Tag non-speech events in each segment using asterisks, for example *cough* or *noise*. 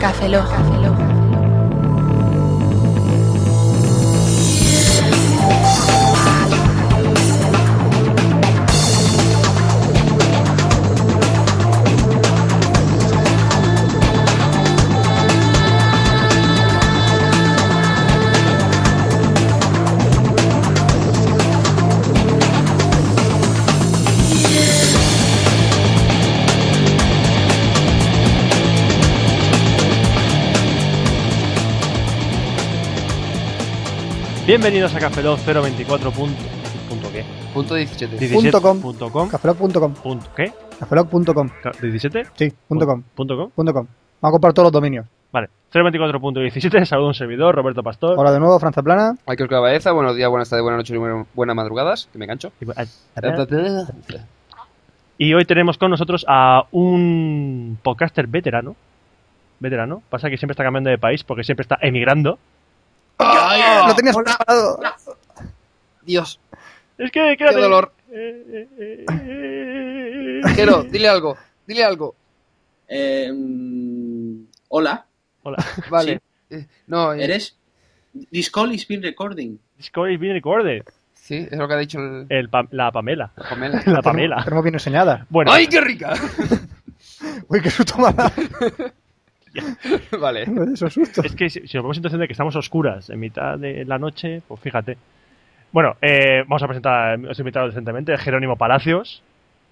Café Lock. Café Lock. Bienvenidos a Cafelog 024. Punto, punto qué? Punto 17. 17 Punto com. Punto com. Cafelog.com. Punto qué? Cafelog.com. Ca- 17. Sí, punto com. Punto com. Punto com. Vamos a comprar todos los dominios. Vale. 024.17. Saludo a un servidor, Roberto Pastor. Hola de nuevo, Franza Plana. Hay que Baeza, buenos días, buenas tardes, buenas noches, buenas, buenas madrugadas, que me cancho. Y hoy tenemos con nosotros a un podcaster veterano. Veterano. Pasa que siempre está cambiando de país porque siempre está emigrando. Lo tenías preparado. Dios, Es que, qué quédate. dolor. Eh, eh, eh, eh, eh. Jero, dile algo, dile algo. Eh, mm, hola, Hola. Vale. Eh, No, eh, ¿eres? This call is being recording. Discord is being recorded. sí, es lo que ha dicho el... El pa- la Pamela. la Pamela. La Pamela. Tenemos bien enseñada. Bueno, ¡Ay, qué rica! *laughs* Uy, qué susto me ha dado. vale. Eso es susto. es que si, si nos ponemos en situación de que estamos a oscuras en mitad de la noche, pues fíjate. Bueno, eh, vamos a presentar a los invitados decentemente. Jerónimo Palacios.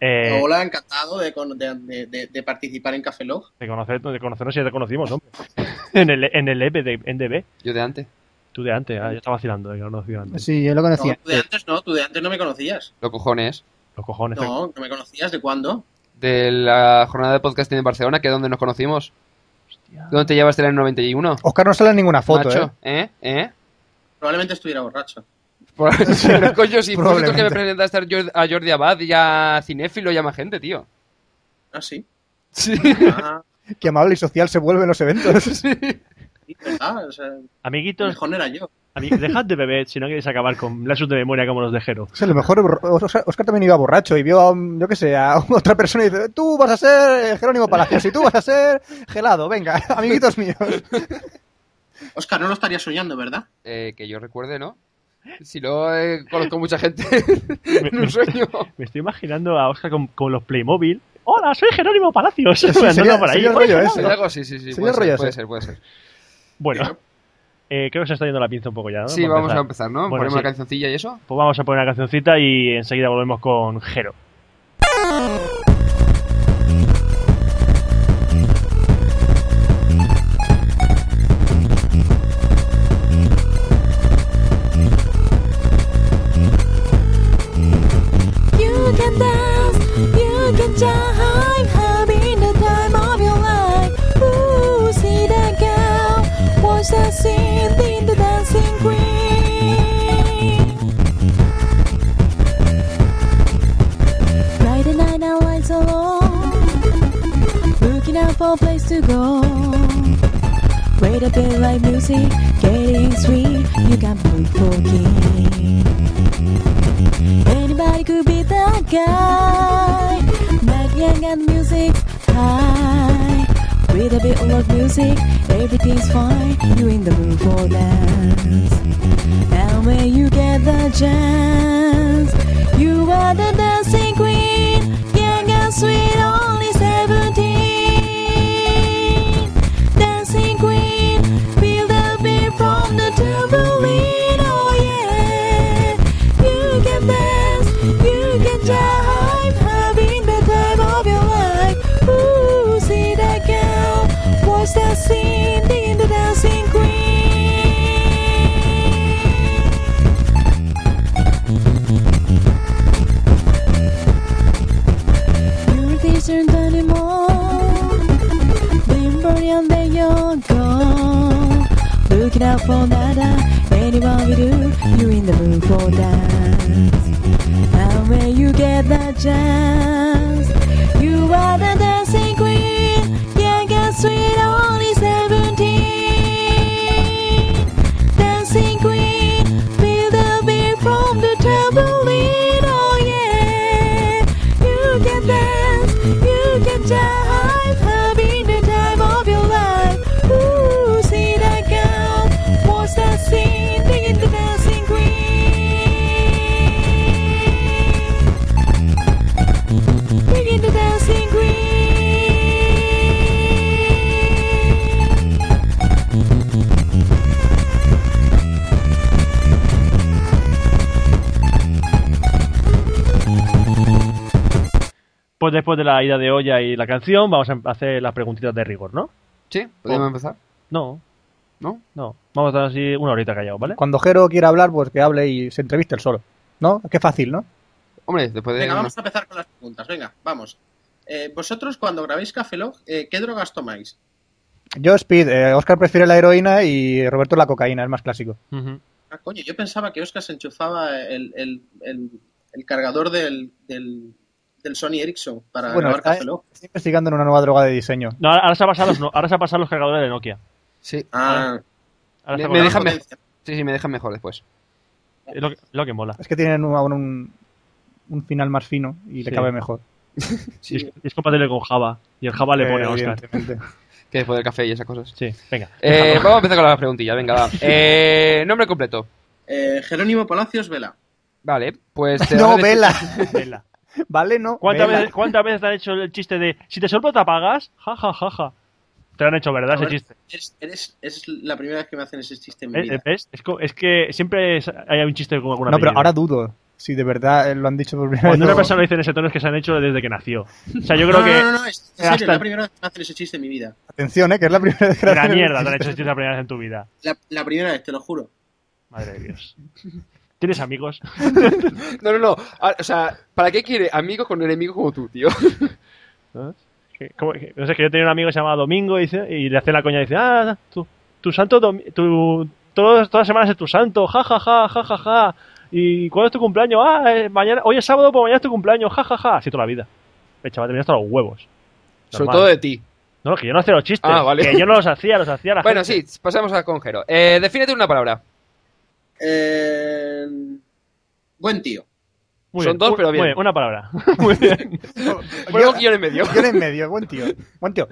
Eh, Hola, encantado de, con- de- de- de- de participar en Café Log. De, conocer, de conocernos y ya te conocimos, hombre. *laughs* en el, en el EP de NDB. Yo de antes, Tú de antes, ah, yo estaba vacilando de que no nos vio antes. Sí, yo lo No, conocía. tú de antes no, tú de antes no me conocías. los cojones. Los cojones. eh. No, no me conocías, ¿de cuándo? De la jornada de podcasting en Barcelona, que es donde nos conocimos. ¿Dónde te llevaste en el 91? Oscar no sale en ninguna foto, ¿eh? macho, ¿eh? ¿Eh? Probablemente estuviera borracho. Por- *laughs* Pero, coño, si por cierto que me Probablemente. presentaste a Jordi- a Jordi Abad y a Cinéfilo y a más gente, tío. Ah, sí. Sí. Ah, Qué amable y social se vuelve en los eventos. sí, ¿verdad? O sea, Amiguitos, mejor era yo. ami- dejad de beber si no queréis acabar con lazos de memoria como los de Jero. O sea, a lo mejor borra- Oscar, Oscar también iba borracho y vio a, un- yo qué sé, a *laughs* otra persona y dice, tú vas a ser eh, Jerónimo Palacios y tú vas a ser Gelado, venga, *laughs* amiguitos míos. Oscar, no lo estaría soñando, ¿verdad? Eh, que yo recuerde, ¿no? Si no, eh, conozco mucha *laughs* gente en un sueño. Me estoy imaginando a Oscar con, con los Playmobil. ¡Hola, soy Jerónimo Palacios! *laughs* Andando sería- por ahí. sería el "Hola, rollo Jerónimo". ese. ¿Sería algo? Sí, sí, sí. Sería Puede ser, rollo puede ese. ser, puede ser. Bueno, eh, creo que se está yendo la pinza un poco ya. ¿no? Sí, Para vamos a empezar, ¿no? Bueno, Ponemos sí. la cancioncilla y eso. Pues vamos a poner una cancioncita y enseguida volvemos con Jero. You can dance, you can jive, having the time of your life. Ooh, see that girl, watch that scene, think the dancing queen. Friday night, our lights are low, looking out for a place to go. Wait a bit like music, getting sweet, you can be talking. Anybody could be that guy. Mac Young and music high. With a bit of rock music, everything's fine. You in the mood for dance. And when you get the chance, you are the dancing queen. Young and sweet, only 17. Dancing queen, feel the beat from the tambourine. Oh yeah. You can dance, you can jive, having the time of your life. Ooh, see that girl, watch that scene, in the dancing queen. You're distant anymore. Limbury and then you're gone. Looking out for nada, anyone we do, you in the mood for dance. And when you get that chance, you are the dancing queen. Young and sweet, only 17. Dancing queen, feel the beat from the trampoline. Oh yeah, you can dance, you can jive, having the time of your life. Pues después de la ida de olla y la canción, vamos a hacer las preguntitas de rigor, ¿no? Sí, podemos empezar, No, ¿no? no. Vamos a estar así una horita callado, ¿vale? Cuando Jero quiera hablar, pues que hable y se entreviste él solo. ¿No? Qué fácil, ¿no? Hombre, después de... Venga, vamos a empezar con las preguntas. Venga, vamos. Eh, vosotros cuando grabéis Café Lock, eh, ¿qué drogas tomáis? Yo, Speed, eh, Oscar prefiere la heroína y Roberto la cocaína, es más clásico. Ujú. Ah, coño, yo pensaba que Oscar se enchufaba el, el, el- el cargador del, del, del Sony Ericsson para bueno, grabar está, Café Lock. está investigando en una nueva droga de diseño. No, ahora, ahora se ha pasado los, no- ahora se ha pasado los cargadores de Nokia. Sí. Ah, Me- Ahora se ha me colado. deja me- potencia. sí, sí, me dejan mejor después. Es lo, que- es lo que mola. Es que tienen un, ahora un, un final más fino y Sí. le cabe mejor. Sí, Y es, y es compatible con Java. Y el Java le pone Eh, a Oscar. evidentemente. que después del café y esas cosas. Sí, *laughs* venga. Eh, vamos a empezar con las preguntillas, venga, *laughs* va. Eh, nombre completo. Eh, Jerónimo Palacios Vela. Vale, pues... eh, *laughs* no, ahora de- vela. Vela. vale, no. ¿Cuántas vela. veces, ¿Cuántas veces te han hecho el chiste de si te soplo te apagas? Ja, ja, ja, ja. Te lo han hecho, ¿verdad? Ese Roberto, chiste. Es, eres- es la primera vez que me hacen ese chiste en mi ¿Eh? vida. ¿Eh? ¿Ves? Es, co- es que siempre es- hay un chiste con alguna No, pero apellido. ahora dudo si de verdad eh, lo han dicho por primera vez. Cuando una o- persona dice en ese tono es que se han hecho desde que nació. O sea, yo No, creo no, que no, no, es, en serio, hasta- es la primera vez que me hacen ese chiste en mi vida. Atención, eh, que es la primera vez que una hacen. *laughs* mierda te han hecho ese chiste la primera vez en tu vida. La, la primera vez, te lo juro. Madre de Dios. ¿Tienes amigos? No, no, no. Ah, O sea, ¿para qué quiere amigos con enemigos como tú, tío? *laughs* Que- como que- No sé, que yo tenía un amigo que se llamaba Domingo y, dice- y le hace la coña y dice, ah, tu, tu santo, domi- tu, todos, todas las semanas es tu santo, ja, ja, ja, ja, ja, ja. ¿Y cuándo es tu cumpleaños? Ah, eh, mañana, hoy es sábado, pues mañana es tu cumpleaños, ja, ja, ja. Así toda la vida. El chaval tenía hasta los huevos. Sobre Normal. todo de ti. No, que yo no hacía los chistes. Ah, vale. Que yo no los hacía, los hacía la Bueno, *laughs* gente. sí, pasamos a Conjero. Eh, defínete una palabra. Eh, buen tío. Muy son dos, muy- pero bien. muy *laughs* Una palabra. Muy bien. Bueno, Yo- guión en medio. Yo en medio, buen tío. Buen tío.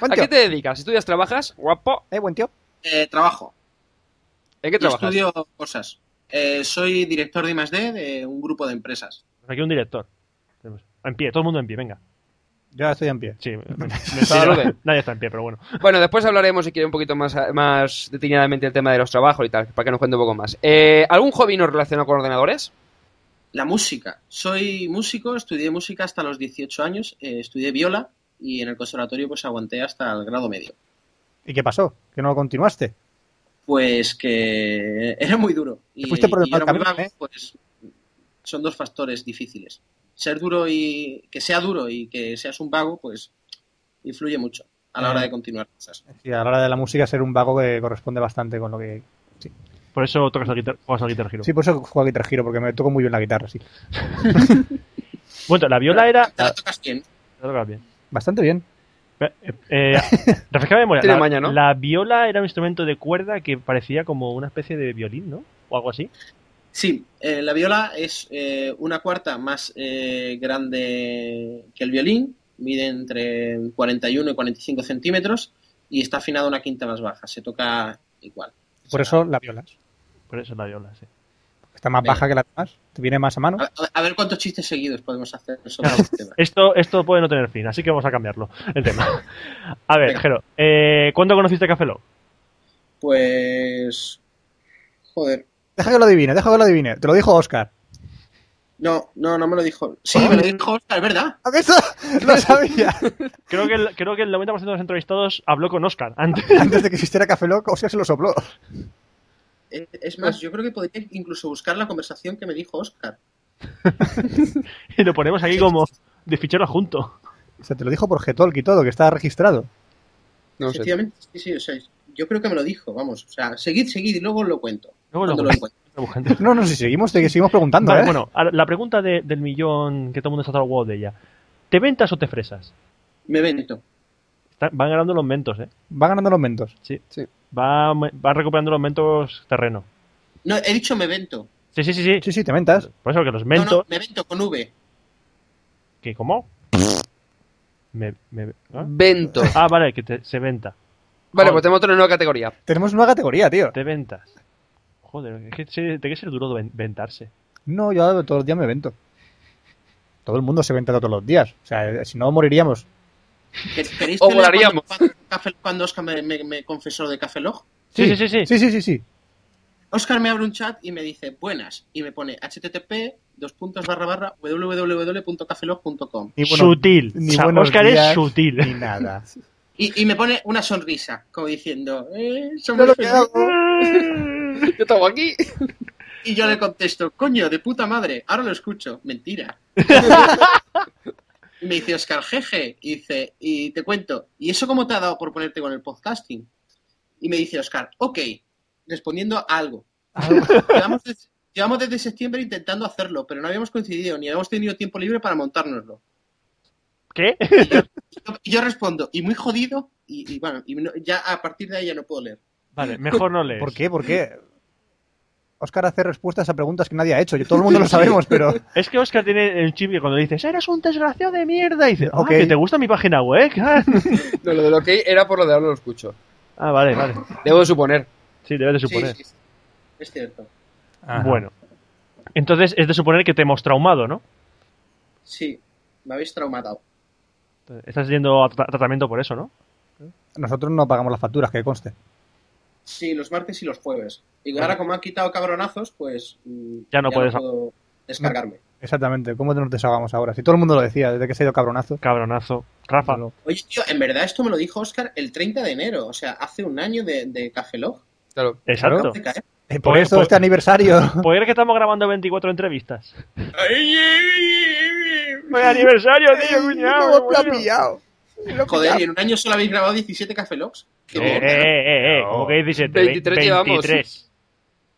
Buen ¿A tío. qué te dedicas? ¿Estudias, trabajas? Guapo. Eh, buen tío. Eh, trabajo. ¿En qué Yo trabajas? estudio cosas. Eh, soy director de I+.D. de un grupo de empresas. Aquí un director. Tenemos- En pie, todo el mundo en pie, venga. Yo ahora estoy en pie. Sí, me- me- Saluden. nadie está en pie, pero bueno. Bueno, después hablaremos si quiere un poquito más, más detenidamente el tema de los trabajos y tal, para que nos cuente un poco más. Eh, ¿Algún hobby no relacionado con ordenadores? La música. Soy músico, estudié música hasta los 18 años, eh, estudié viola y en el conservatorio pues aguanté hasta el grado medio. ¿Y qué pasó? ¿Que no continuaste? Pues que *laughs* era muy duro. Y, fuiste por el y yo era mal muy camino, eh? vago, pues son dos factores difíciles. Ser duro y que sea duro y que seas un vago, pues influye mucho a la Eh. hora de continuar cosas. Y a la hora de la música ser un vago que corresponde bastante con lo que... Por eso tocas al guitar, juegas al guitar Hero. Sí, por eso juego a Guitar Hero, porque me toco muy bien la guitarra, sí. Bueno, la viola era. Te la tocas bien. la tocas bien. Bastante bien. Eh, eh, refresca la memoria. Tiene La, maña, ¿no? la viola era un instrumento de cuerda que parecía como una especie de violín, ¿no? O algo así. Sí, eh, la viola es eh, una cuarta más eh, grande que el violín, mide entre 41 y 45 centímetros y está afinada una quinta más baja, se toca igual. Por O sea, eso la violas. Por eso es la viola, sí. Está más Venga. baja que la demás. Te viene más a mano. A, a- a ver cuántos chistes seguidos podemos hacer sobre Claro. este tema. Esto, esto puede no tener fin, así que vamos a cambiarlo, el tema. A ver, Venga. Jero, eh, ¿cuándo conociste Café Lock? Pues... Joder. Deja que lo adivine, deja que lo adivine. Te lo dijo Oscar. No, no, no me lo dijo. Sí, me lo dijo Oscar, es verdad. ¡Ah, que eso lo sabía! Creo que el, creo que el 90% de los entrevistados habló con Oscar antes. *laughs* *laughs* Antes de que existiera Café Lock, Oscar se lo sopló. Eh, Es más, yo creo que podría incluso buscar la conversación que me dijo Oscar. Y lo ponemos aquí como de fichero junto. Se te lo dijo por Getalk y todo, que está registrado. No sé. Efectivamente, sí, sí, o sea, yo creo que me lo dijo, vamos. O sea, seguid, seguid y luego lo cuento. Luego lo cuando lo cuento. encuentre. *laughs* No, no, si seguimos, te- seguimos preguntando, Vale, ¿eh? bueno, ahora, la pregunta de- del millón que todo el mundo está hasta los huevos de ella. ¿Te ventas o te fresas? Me vento. Está- van ganando los mentos, ¿eh? Va ganando los mentos. Va, va recuperando los mentos terreno. No, he dicho me vento. Sí, sí, sí, sí. Sí, sí, te mentas. Por eso que los No, mentos... no, me vento con V. ¿Qué? ¿Cómo? Me, me- ¿ah? *laughs* Vento. Ah, vale, que te- se venta. Vale, pues tenemos otra nueva categoría. Tenemos nueva categoría, tío. Te ventas. Joder, es que se- tiene que ser duro ven- ventarse. No, yo ahora todos los días me vento. Todo el mundo se venta todos los días. O sea, eh, si no, moriríamos. ¿Que- ¿Queréis *laughs* O que lea volaríamos. Cuando, cuando- cuando Oscar me, me- me confesó de Café Log? Sí, sí, sí, sí. Sí, sí, sí, sí. Oscar me abre un chat y me dice, buenas, y me pone http dos puntos barra barra www.cafelog.com. Ni buenos- sutil. ni O sea, buenos Oscar días, es sutil. *laughs* *laughs* Ni nada. Y, y me pone una sonrisa, como diciendo, eh, somos No lo que felices. hago. *laughs* Yo estaba aquí. Y yo le contesto, coño, de puta madre, ahora lo escucho. Mentira. y me dice Oscar, jeje. Y dice, y te cuento, ¿y eso cómo te ha dado por ponerte con el podcasting? Y me dice Oscar, ok, respondiendo a algo. llevamos, des- llevamos desde septiembre intentando hacerlo, pero no habíamos coincidido ni habíamos tenido tiempo libre para montárnoslo. ¿Qué? Y yo respondo, y muy jodido, y, y bueno, y no- ya a partir de ahí ya no puedo leer. Vale, mejor no lees. ¿Por qué? ¿Por qué? Oscar hace respuestas a preguntas que nadie ha hecho. Yo- Todo el mundo lo sabemos, pero Es que Oscar tiene el chip que cuando le dices, eres un desgraciado de mierda, y dices, ah, Ok. que te gusta mi página web. No, lo de lo que era por lo de ahora lo escucho. ah, vale, vale. Debo de suponer. Sí, debes de Sí, suponer. sí, sí. es cierto. *laughs* Bueno. Entonces es de suponer que te hemos traumado, ¿no? Sí, me habéis traumatado. Estás yendo a tra- tratamiento por eso, ¿no? nosotros no pagamos las facturas, que conste. Sí, los martes y los jueves. Y ahora como han quitado cabronazos, pues mm, Ya no puedes- puedo descargarme. Exactamente. ¿Cómo nos deshagamos ahora? Si todo el mundo lo decía desde que se ha ido cabronazo. Cabronazo. Rafa, Pero- Oye, tío, en verdad esto me lo dijo Oscar el 30 de enero, o sea, hace un año de, de Café Lock. Claro. exacto. Acabo de caer. Eh, por Por- eso por- este aniversario. *laughs* ¿Puede que estamos grabando 24 entrevistas? ¡Fue aniversario, tío, cuñado! Lo ha coño. pillado. Lo ha Joder, pillado. y en un año solo habéis grabado 17 Café Locks. Eh, eh, eh, eh, eh, como que 17, 23 llevamos. 23.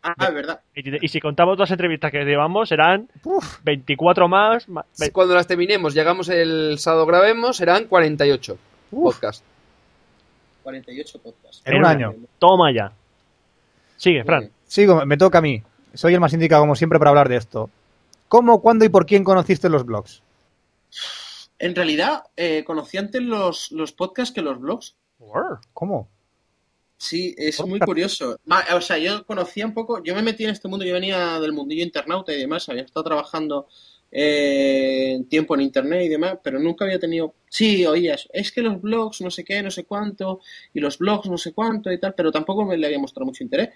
Ah, es verdad. 23. Y si contamos dos entrevistas que llevamos, serán Uf, 24 más. ma- ve- Cuando las terminemos, llegamos el sábado, grabemos, serán 48 uf. podcast. 48 podcasts. En un año. Toma ya. Sigue, Fran. Sigo, me toca a mí. Soy el más indicado, como siempre, para hablar de esto. ¿Cómo, cuándo y por quién conociste los blogs? En realidad, eh, conocí antes los, los podcasts que los blogs. ¿Cómo? Sí, es muy Podcast. curioso. Ma- O sea, yo conocía un poco, yo me metí en este mundo, yo venía del mundillo internauta y demás, había estado trabajando eh, tiempo en internet y demás, pero nunca había tenido, sí, oías, es que los blogs no sé qué, no sé cuánto, y los blogs no sé cuánto y tal, pero tampoco me le había mostrado mucho interés.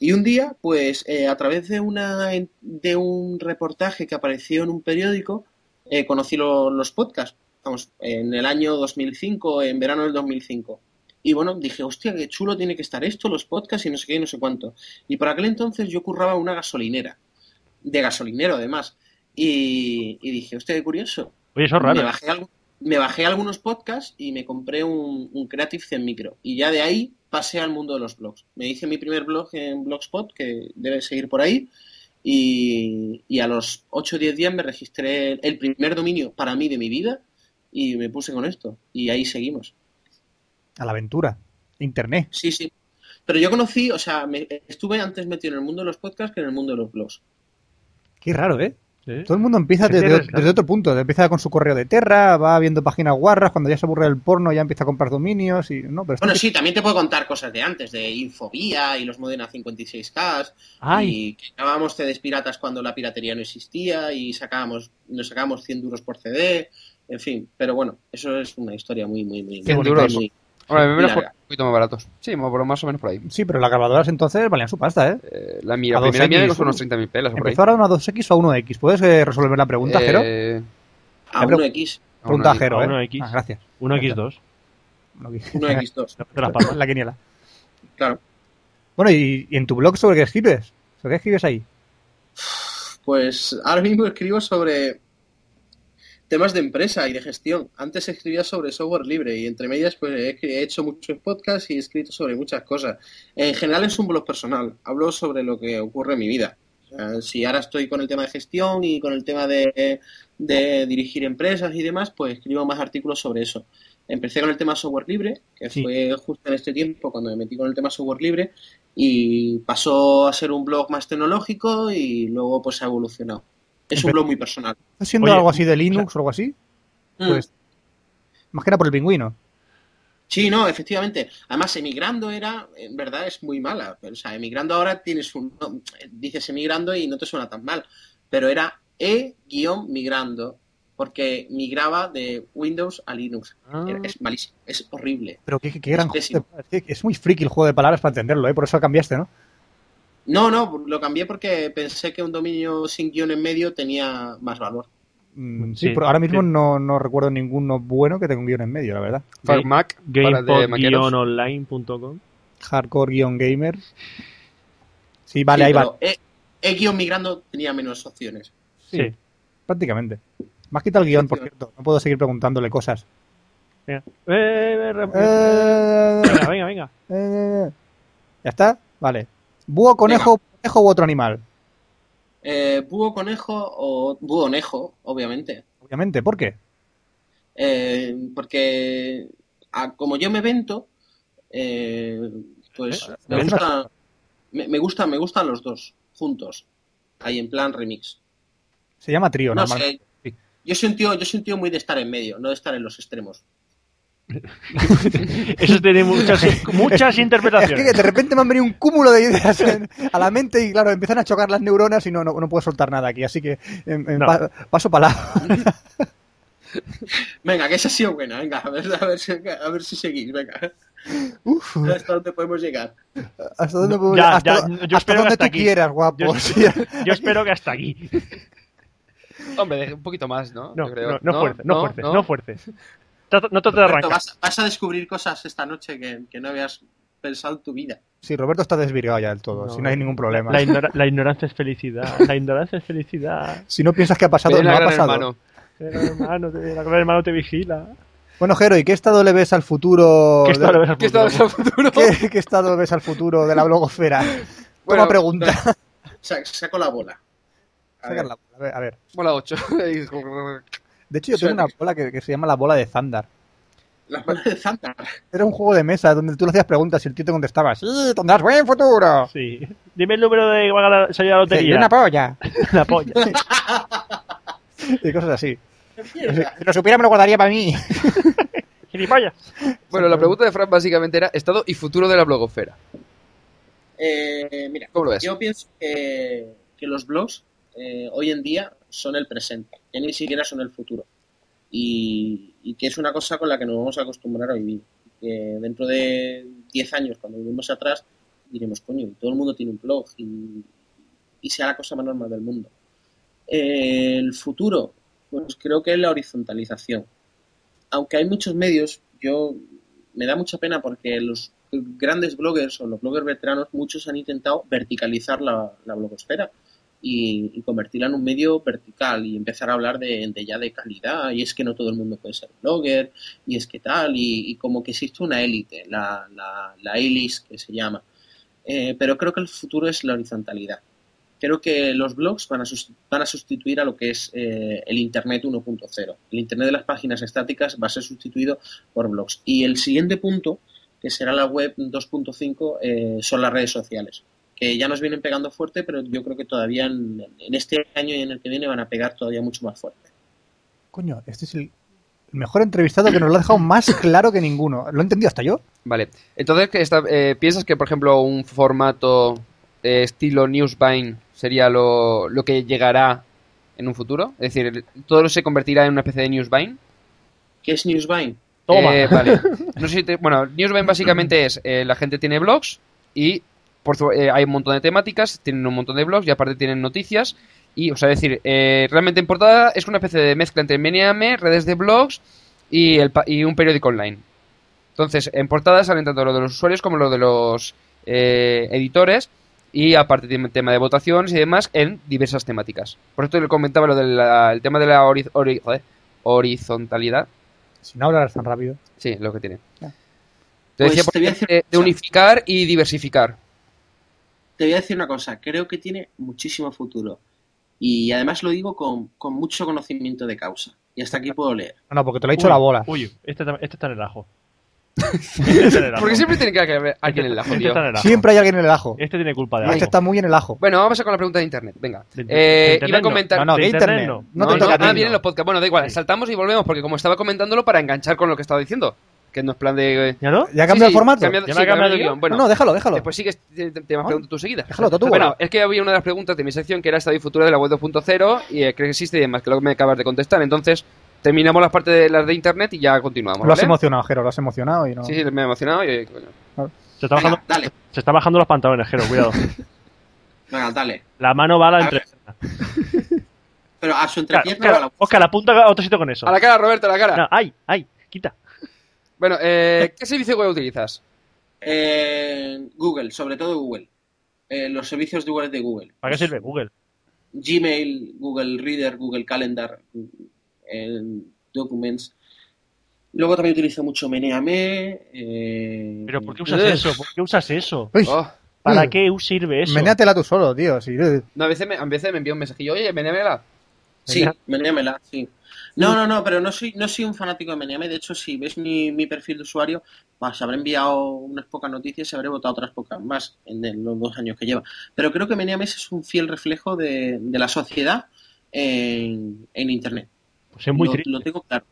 Y un día, pues, eh, a través de una de un reportaje que apareció en un periódico, eh, conocí lo- los podcasts, vamos, en el año 2005, en verano del 2005. Y bueno, dije, hostia, qué chulo tiene que estar esto, los podcasts y no sé qué y no sé cuánto. Y por aquel entonces yo curraba una gasolinera, de gasolinero además. Y, y dije, hostia, qué curioso. Oye, eso es Me raro. bajé, algu- me bajé algunos podcasts y me compré un, un Creative Zen Micro. Y ya de ahí pasé al mundo de los blogs. Me hice mi primer blog en Blogspot, que debe seguir por ahí. Y, y a los 8 o 10 días me registré el primer dominio para mí de mi vida y me puse con esto. Y ahí seguimos. A la aventura. Internet. Sí, sí. Pero yo conocí, o sea, me- estuve antes metido en el mundo de los podcasts que en el mundo de los blogs. Qué raro, ¿eh? Sí. Todo el mundo empieza Qué desde, tienes, claro. desde otro punto. Empieza con su correo de Terra, va viendo páginas guarras, cuando ya se aburre del porno ya empieza a comprar dominios y... No, pero esto Bueno, sí, también te puedo contar cosas de antes, de Infobía y los Modena 56K Ay, y que grabábamos CDs piratas cuando la piratería no existía y sacábamos, nos sacábamos 100 duros por CD, en fin. Pero bueno, eso es una historia muy, muy, muy... 100 muy- duros. muy- Ahora, me menos Mira, por- mira. un poquito más baratos. Sí, más, por- más o menos por ahí. Sí, pero las grabadoras entonces valían su pasta, ¿eh? Eh, la mía, A la primera 2X, mía costó uh. unos 30.000 pelas o por ahí. ¿Empezó ahora una 2X o a 1X? ¿Puedes eh, resolver la pregunta, Jero? Eh, A Pero- 1X, a una Pregunta a X. Jero, a ¿eh? 1X. Ah, gracias. 1x2. 1X. 1X2, No te las palmas. *laughs* la quiniela. claro. Bueno, ¿y, y en tu blog sobre qué escribes? ¿Sobre qué escribes ahí? Pues ahora mismo escribo sobre temas de empresa y de gestión. Antes escribía sobre software libre y entre medias pues he escri- he hecho muchos podcasts y he escrito sobre muchas cosas. En general es un blog personal. Hablo sobre lo que ocurre en mi vida. O sea, si ahora estoy con el tema de gestión y con el tema de, de dirigir empresas y demás, pues escribo más artículos sobre eso. Empecé con el tema software libre, que Sí. fue justo en este tiempo cuando me metí con el tema software libre y pasó a ser un blog más tecnológico y luego pues ha evolucionado. Es un Empe- blog muy personal. ¿Estás siendo Oye, algo así de Linux o algo así? Mm. Pues, más que nada por el pingüino. Sí, no, efectivamente. Además, emigrando era, en verdad, es muy mala. O sea, emigrando ahora tienes un... no, dices emigrando y no te suena tan mal. Pero era e-migrando, porque migraba de Windows a Linux. Ah. Era- Es malísimo, es horrible. Pero qué, qué- qué gran Es pésimo. juego de- Es muy friki el juego de palabras para entenderlo, ¿eh? Por eso cambiaste, ¿no? No, no, lo cambié porque pensé que un dominio sin guión en medio tenía más valor. Mm, sí, Sí, pero ahora mismo sí. no, no recuerdo ninguno bueno que tenga un guión en medio, la verdad. Far Mac, para de maqueros. Gamepod-online.com. Hardcore-gamer. Sí, vale, Sí, ahí va. pero E, E guión migrando tenía menos opciones. Sí. Sí. Prácticamente. Me has quitado el guión, por Sí. cierto. No puedo seguir preguntándole cosas. Venga. Eh, eh, eh, *laughs* Eh, venga, venga, venga. eh, ¿Ya está? Vale. ¿Búho, conejo, conejo u otro animal? Eh, búho conejo o búho onejo, obviamente. Obviamente, ¿por qué? Eh, porque a- como yo me vento, eh, pues Eh, me, me gusta, me, me gusta, me gustan los dos juntos, ahí en plan remix. Se llama trío, No normal. sé, yo soy un tío, yo soy un tío muy de estar en medio, no de estar en los extremos. Eso tiene muchas, muchas Es que interpretaciones. de repente me han venido un cúmulo de ideas en- a la mente y claro, empiezan a chocar las neuronas y no, no, no puedo soltar nada aquí, así que em, em, No. pa- paso para la... Venga, que esa ha sido buena, venga, a ver, a ver, si- a ver si seguís, venga. Uf, Hasta dónde podemos llegar. hasta dónde, No, puedo- ya, hasta- ya, yo hasta espero que donde hasta tú aquí. quieras, guapo. Yo, sí. yo espero que hasta aquí. Hombre, de- un poquito más, ¿no? No, Yo creo. no, no fuerces, no, fuerces, no, fuerces. Trata- No te Roberto, arrancas. vas, vas a descubrir cosas esta noche que, que no habías pensado en tu vida. Sí, Roberto está desvirgado ya del todo, No, si no hay ningún problema. La, ignora- la ignorancia es felicidad. La ignorancia es felicidad. Si no piensas que ha pasado, Pedí no la ha gran pasado. hermano. El hermano, te- el hermano te vigila. Bueno, Jero, ¿y qué estado le ves al futuro? ¿Qué de- estado le ves al ¿Qué futuro? estamos a futuro? *laughs* ¿Qué, qué estado ves al futuro de la blogosfera? Bueno, *laughs* Toma pregunta. Sa- saco la bola. A ver, Saca la bola, a ver, a ver. Bola *laughs* 8. De hecho, yo tengo Suena. una bola que, que se llama la bola de Zandar. la bola de *laughs* Zandar. Era un juego de mesa donde tú le hacías preguntas y el tío te contestaba, sí, tendrás buen futuro. Sí. Dime el número de que va a ganar- salir a la Y lotería. una polla. *laughs* La polla. Y cosas así. Si lo supiera me lo guardaría para mí. *laughs* Gilipollas. Bueno, la pregunta de Fran básicamente era estado y futuro de la blogosfera. Eh, mira, ¿Cómo lo ves? yo pienso que, que los blogs eh, hoy en día son el presente, que ni siquiera son el futuro. Y, y que es una cosa con la que nos vamos a acostumbrar a vivir. Que dentro de 10 años, cuando vivimos atrás, diremos, coño, todo el mundo tiene un blog y, y sea la cosa más normal del mundo. Eh, el futuro, pues creo que es la horizontalización. Aunque hay muchos medios, yo me da mucha pena porque los grandes bloggers o los bloggers veteranos, muchos han intentado verticalizar la, la blogosfera y, y convertirla en un medio vertical y empezar a hablar de, de ya de calidad y es que no todo el mundo puede ser blogger y es que tal y, y como que existe una élite, la, la, la hélice que se llama. Eh, pero creo que el futuro es la horizontalidad. Creo que los blogs van a, sus- van a sustituir a lo que es eh, el Internet 1.0. El Internet de las páginas estáticas va a ser sustituido por blogs. Y el siguiente punto, que será la web 2.5, eh, son las redes sociales, que ya nos vienen pegando fuerte, pero yo creo que todavía en, en este año y en el que viene van a pegar todavía mucho más fuerte. Coño, este es el el mejor entrevistado que nos lo ha dejado más claro que ninguno. Lo he entendido hasta yo. Vale. Entonces, que esta- eh, ¿piensas que, por ejemplo, un formato eh, estilo Newsvine sería lo, lo que llegará en un futuro? Es decir, ¿todo se convertirá en una especie de Newsvine? ¿Qué es Newsvine? Toma. Eh, vale. No sé si te- bueno, Newsvine básicamente es eh, la gente tiene blogs y por su- eh, hay un montón de temáticas, tienen un montón de blogs y aparte tienen noticias. Y, o sea, es decir, eh, realmente en portada es una especie de mezcla entre M&M, redes de blogs y, el pa- y un periódico online. Entonces, en portada salen tanto lo de los usuarios como lo de los eh, editores y aparte tienen tema de votaciones y demás en diversas temáticas. Por esto le comentaba lo del el tema de la horiz- hori- joder, horizontalidad. Si no hablarás tan rápido. Sí, lo que tiene. Ya. Te Pues decía te por voy a ejemplo, decir- de, de unificar y diversificar. Te voy a decir una cosa, creo que tiene muchísimo futuro. Y además lo digo con, con mucho conocimiento de causa. Y hasta aquí puedo leer. No, no, porque te lo ha dicho la bola. Uy, este, tam- este está en el ajo. Este está en el ajo. Porque siempre tiene que haber alguien en la *laughs* Este está en el ajo. Siempre hay alguien en el ajo. Este tiene culpa de Y algo. Este está muy en el ajo. Bueno, vamos a con la pregunta de internet. Venga. De- de Eh, internet iba a no. comentar. No, no, de internet. no. No te No, toca a no, ti. ah, vienen los podcasts. Bueno, da igual, Sí. saltamos y volvemos porque como estaba comentándolo para enganchar con lo que estaba diciendo, que no es plan de eh, ¿Ya no? ¿Ya ha sí, cambiado sí, el formato? cambia- ¿Ya me ha sí, cambiado cambiado el yo? guión. Bueno, no, no, déjalo, déjalo. después sí que te, te- te vas No, preguntando tú seguida. déjalo, tú, tú, Bueno, bueno. es que había una de las preguntas de mi sección que era estadio y futuro de la web 2.0 y eh, creo que existe y demás, que es lo que me acabas de contestar. Entonces, terminamos las partes de las de internet y ya continuamos. Lo has ¿vale? emocionado, Jero, lo has emocionado y no. Sí, sí, me he emocionado y. eh, coño. Se está bajando, Venga, dale. se está bajando los pantalones, Jero, cuidado. Venga, dale. La mano va a la A ver, entrepierna. Pero a su Claro, entrepierna Oscar, o a la- Oscar, apunta a otro sitio con eso. A la cara, Roberto, a la cara. No, ay, ay, quita. Bueno, eh, ¿qué servicio web utilizas? Eh, Google, sobre todo Google. Eh, los servicios de web de Google. ¿Para qué sirve Google? Gmail, Google Reader, Google Calendar, eh, Documents. Luego también utilizo mucho Meneame. eh, ¿Pero por qué usas Ugh. eso? ¿Por qué usas eso? Uy, Oh, Mm. ¿Para qué sirve eso? menéatela tú solo, tío. Si, no, a veces me, a veces me envía un mensajillo, oye, venémela. Sí, Menea- meneamela, sí. No, no, no, pero no soy, no soy un fanático de Meneame. De hecho, si ves mi, mi perfil de usuario, pues, habré enviado unas pocas noticias y habré votado otras pocas más en el- los dos años que lleva. Pero creo que Meneame es un fiel reflejo de, de la sociedad en, en Internet. Pues es muy Lo- triste. lo tengo claro.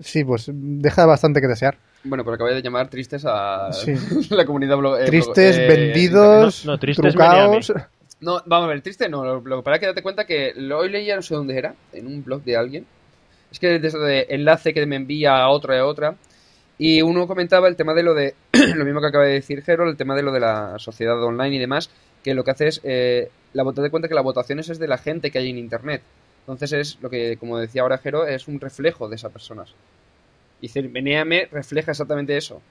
sí, pues deja bastante que desear. Bueno, pero acabé de llamar tristes a Sí. *laughs* la comunidad blog. eh, Tristes, blog- eh, vendidos, no, no, tristes, trucados. No, vamos a ver, triste no. Lo, lo que pasa es que date cuenta que lo, hoy leía, no sé dónde era, en un blog de alguien. Es que desde enlace que me envía a otra y a otra. Y uno comentaba el tema de lo de. *clears throat* lo mismo que acaba de decir Harold, el tema de lo de la sociedad online y demás. Que lo que hace es. Eh, la vota de cuenta que las votaciones es de la gente que hay en internet. Entonces es lo que, como decía ahora Jero, es un reflejo de esas personas. Y decir, Meneame refleja exactamente eso.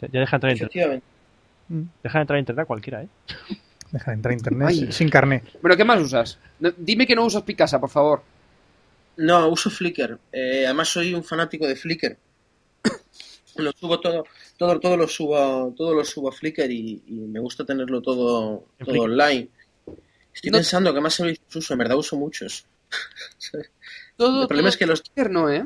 Ya ya deja entrar a internet. Efectivamente. Mm, Deja entrar a internet a cualquiera, ¿eh? Deja de entrar a internet Ay. sin carné. Bueno, ¿qué más usas? No, dime que no usas Picasa, por favor. No, uso Flickr. Eh, además soy un fanático de Flickr. *coughs* Lo subo todo, todo, todo lo subo, todo lo subo a Flickr y, y me gusta tenerlo todo, En todo Flickr. online. Estoy No- pensando que más servicios uso, en verdad uso muchos. Todo, El problema todo es que los Twitter no, ¿eh?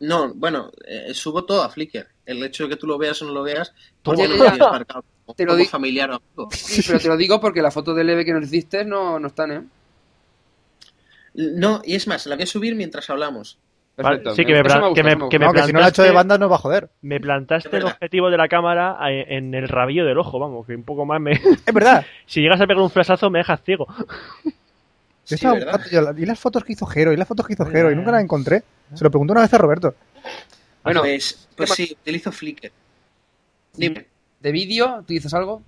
no, bueno, eh, subo todo a Flickr. El hecho de que tú lo veas o no lo veas, Toma. porque no Ya, lo ya, ya. tienes marcado como, Te lo como di- familiar o amigo. Sí, pero te lo digo porque la foto de Leve que nos hiciste no, no están, ¿eh? No, y es más, la voy a subir mientras hablamos. Vale, sí, que me eso plan- que gusta, me- eso gusta. que No, que si no la ha hecho de plantaste- bandas nos va a joder. Me Es plantaste el verdad. objetivo de la cámara a- en el rabillo del ojo, vamos, que un poco más me... *laughs* Es verdad. si llegas a pegar un flasazo me dejas ciego. Sí, Yo estaba ¿verdad? buscando yo la- y las fotos que hizo Jero, y las fotos que hizo Ya, Jero, y ya, nunca las ya. encontré. Se lo pregunté una vez a Roberto. Bueno, pues, pues ¿qué más? sí, utilizo Flickr. Dime. ¿de vídeo tú dices algo?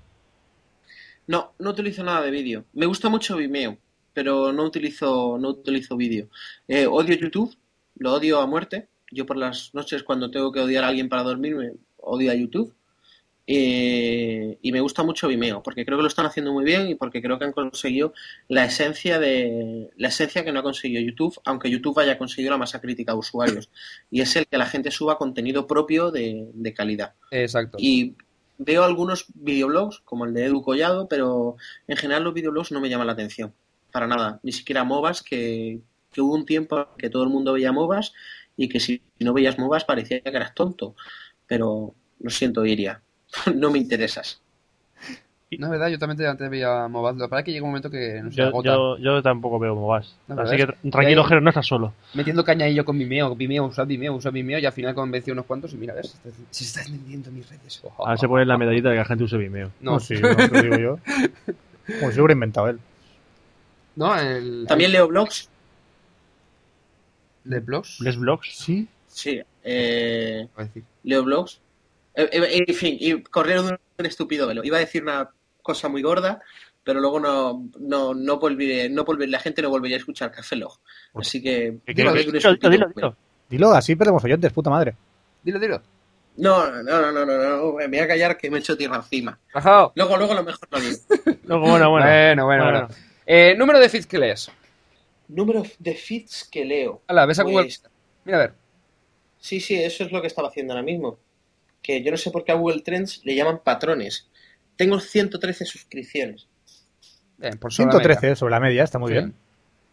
No, no utilizo nada de vídeo. Me gusta mucho Vimeo, pero no utilizo, no utilizo vídeo. Eh, odio YouTube, lo odio a muerte. Yo por las noches cuando tengo que odiar a alguien para dormirme, odio a YouTube. Eh, y me gusta mucho Vimeo, porque creo que lo están haciendo muy bien y porque creo que han conseguido la esencia de la esencia que no ha conseguido YouTube, aunque YouTube haya conseguido la masa crítica de usuarios. Y es el que la gente suba contenido propio de- de calidad. Exacto. Y veo algunos videoblogs, como el de Edu Collado, pero en general los videoblogs no me llaman la atención. Para nada. Ni siquiera MOBAs, que, que hubo un tiempo que todo el mundo veía MOBAs y que si no veías MOBAs parecía que eras tonto. Pero lo siento, Iria. *laughs* No me interesas. No es verdad, yo también te- antes veía Mobad. Lo que pasa es que llega un momento que no se Yo, agota. yo, yo tampoco veo cómo vas. No, Así que ¿verdad? tra- tranquilo, Ya hay- Jero, no estás solo. Metiendo caña y yo con Vimeo, Vimeo, usa Vimeo, usa Vimeo, y al final convencí a unos cuantos y mira, ves, se está- se están vendiendo mis redes. Ahora se pone la medallita de que la gente use Vimeo. Oh. No, sí, no, te lo digo *laughs* yo. Como si lo hubiera inventado él. No, el... También leo blogs. ¿De blogs? ¿Les blogs? Sí. Sí, eh, Iba a decir. leo blogs. Eh, eh, en fin, y correr de un estúpido velo. Iba a decir una cosa muy gorda, pero luego no, no, no volveré, no volveré, la gente no volvería a escuchar Café Log. Así que. Que- que- correr que- dilo, de un dilo, estúpido dilo, velo. dilo. Dilo, así perdemos oyentes, puta madre. Dilo, dilo. No, no, no, no, no, no, me voy a callar que me echo tierra encima. Rajao. Luego, luego lo mejor lo digo. No, *laughs* bueno, bueno. Bueno, bueno, bueno. Eh, número de feeds que lees. *laughs* Número de feeds que leo. Hala, ves a Google. Pues, Mira, a ver. Sí, sí, eso es lo que estaba haciendo ahora mismo. Que yo no sé por qué a Google Trends le llaman patrones. Tengo 113 suscripciones. Bien, por sobre la media. 113 eh, sobre la media, está muy bien.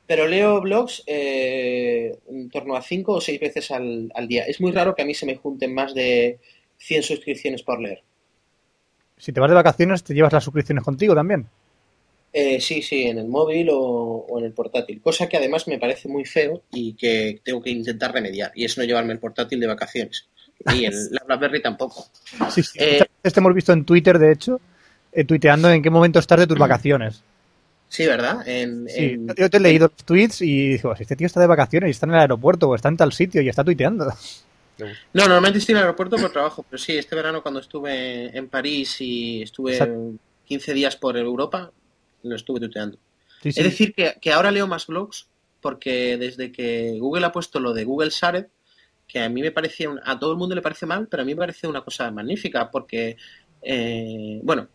Pero leo blogs eh, en torno a 5 o 6 veces al, al día. Es muy raro que a mí se me junten más de 100 suscripciones por leer. Si te vas de vacaciones, te llevas las suscripciones contigo también. Eh, sí, sí, en el móvil o, o en el portátil. Cosa que además me parece muy feo y que tengo que intentar remediar. Y es no llevarme el portátil de vacaciones. Y *laughs* el, la BlackBerry tampoco. Sí, sí. Eh. Muchas veces te hemos visto en Twitter, de hecho, eh, tuiteando en qué momento estás de tus vacaciones. Sí, ¿verdad? En, Sí, en- yo te he leído los tweets y digo, si este tío está de vacaciones y está en el aeropuerto o está en tal sitio y está tuiteando. No, normalmente estoy en el aeropuerto por trabajo, pero sí, este verano cuando estuve en París y estuve Exacto. 15 días por Europa, lo estuve tuteando. Sí, sí. Es decir, que, que ahora leo más blogs porque desde que Google ha puesto lo de Google Shared, que a mí me parece, un- a todo el mundo le parece mal, pero a mí me parece una cosa magnífica porque, eh, bueno,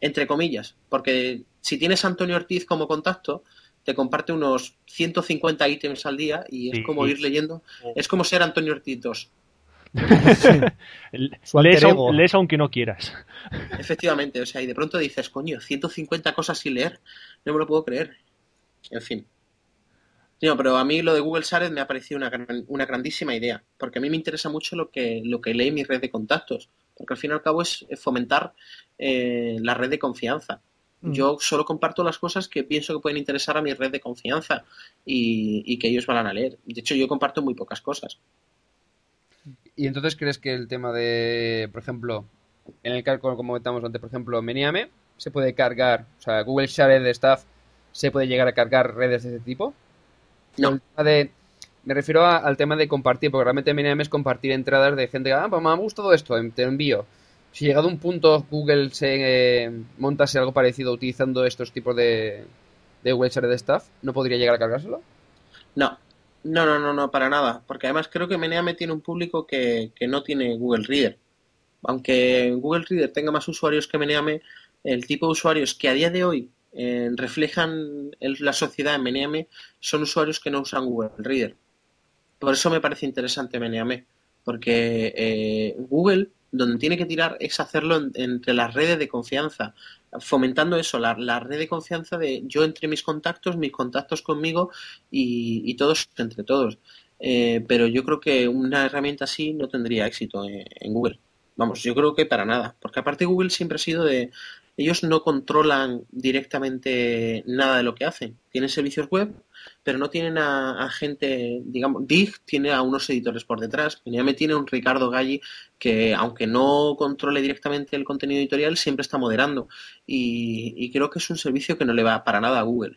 entre comillas, porque si tienes a Antonio Ortiz como contacto, te comparte unos 150 ítems al día y es Sí. como ir leyendo, es como ser Antonio Ortiz 2. L- Su alter lees, aun- ego. lees aunque no quieras. Efectivamente, o sea, y de pronto dices, coño, 150 cosas sin leer, no me lo puedo creer. En fin. No, pero a mí lo de Google Shared me ha parecido una, gran- una grandísima idea, porque a mí me interesa mucho lo que, lo que lee mi red de contactos, porque al fin y al cabo es fomentar eh, la red de confianza. Mm. Yo solo comparto las cosas que pienso que pueden interesar a mi red de confianza y, y que ellos van a leer. De hecho, yo comparto muy pocas cosas. ¿Y entonces crees que el tema de, por ejemplo, en el cargo, como comentamos antes, por ejemplo, Meniame, se puede cargar, o sea, Google Shared Staff se puede llegar a cargar redes de ese tipo? No. O el tema de- me refiero a- al tema de compartir, porque realmente Meniame es compartir entradas de gente que, ah, pues me ha gustado esto, em- te lo envío. Si llegado a un punto Google se eh, montase algo parecido utilizando estos tipos de, de Google Shared Staff, ¿no podría llegar a *laughs* cargárselo? No, no, no, no, no, para nada. Porque además creo que Meneame tiene un público que, que no tiene Google Reader. Aunque Google Reader tenga más usuarios que Meneame, el tipo de usuarios que a día de hoy eh, reflejan el- la sociedad en Meneame son usuarios que no usan Google Reader. Por eso me parece interesante Meneame. Porque eh, Google, donde tiene que tirar es hacerlo en- entre las redes de confianza. Fomentando eso, la, la red de confianza de yo entre mis contactos, mis contactos conmigo y, y todos entre todos. Eh, pero yo creo que una herramienta así no tendría éxito en, en Google. Vamos, yo creo que para nada. Porque aparte Google siempre ha sido de... Ellos no controlan directamente nada de lo que hacen. Tienen servicios web, pero no tienen a, a gente, digamos, Dig tiene a unos editores por detrás. me tiene un Ricardo Galli que, aunque no controle directamente el contenido editorial, siempre está moderando. Y, y creo que es un servicio que no le va para nada a Google.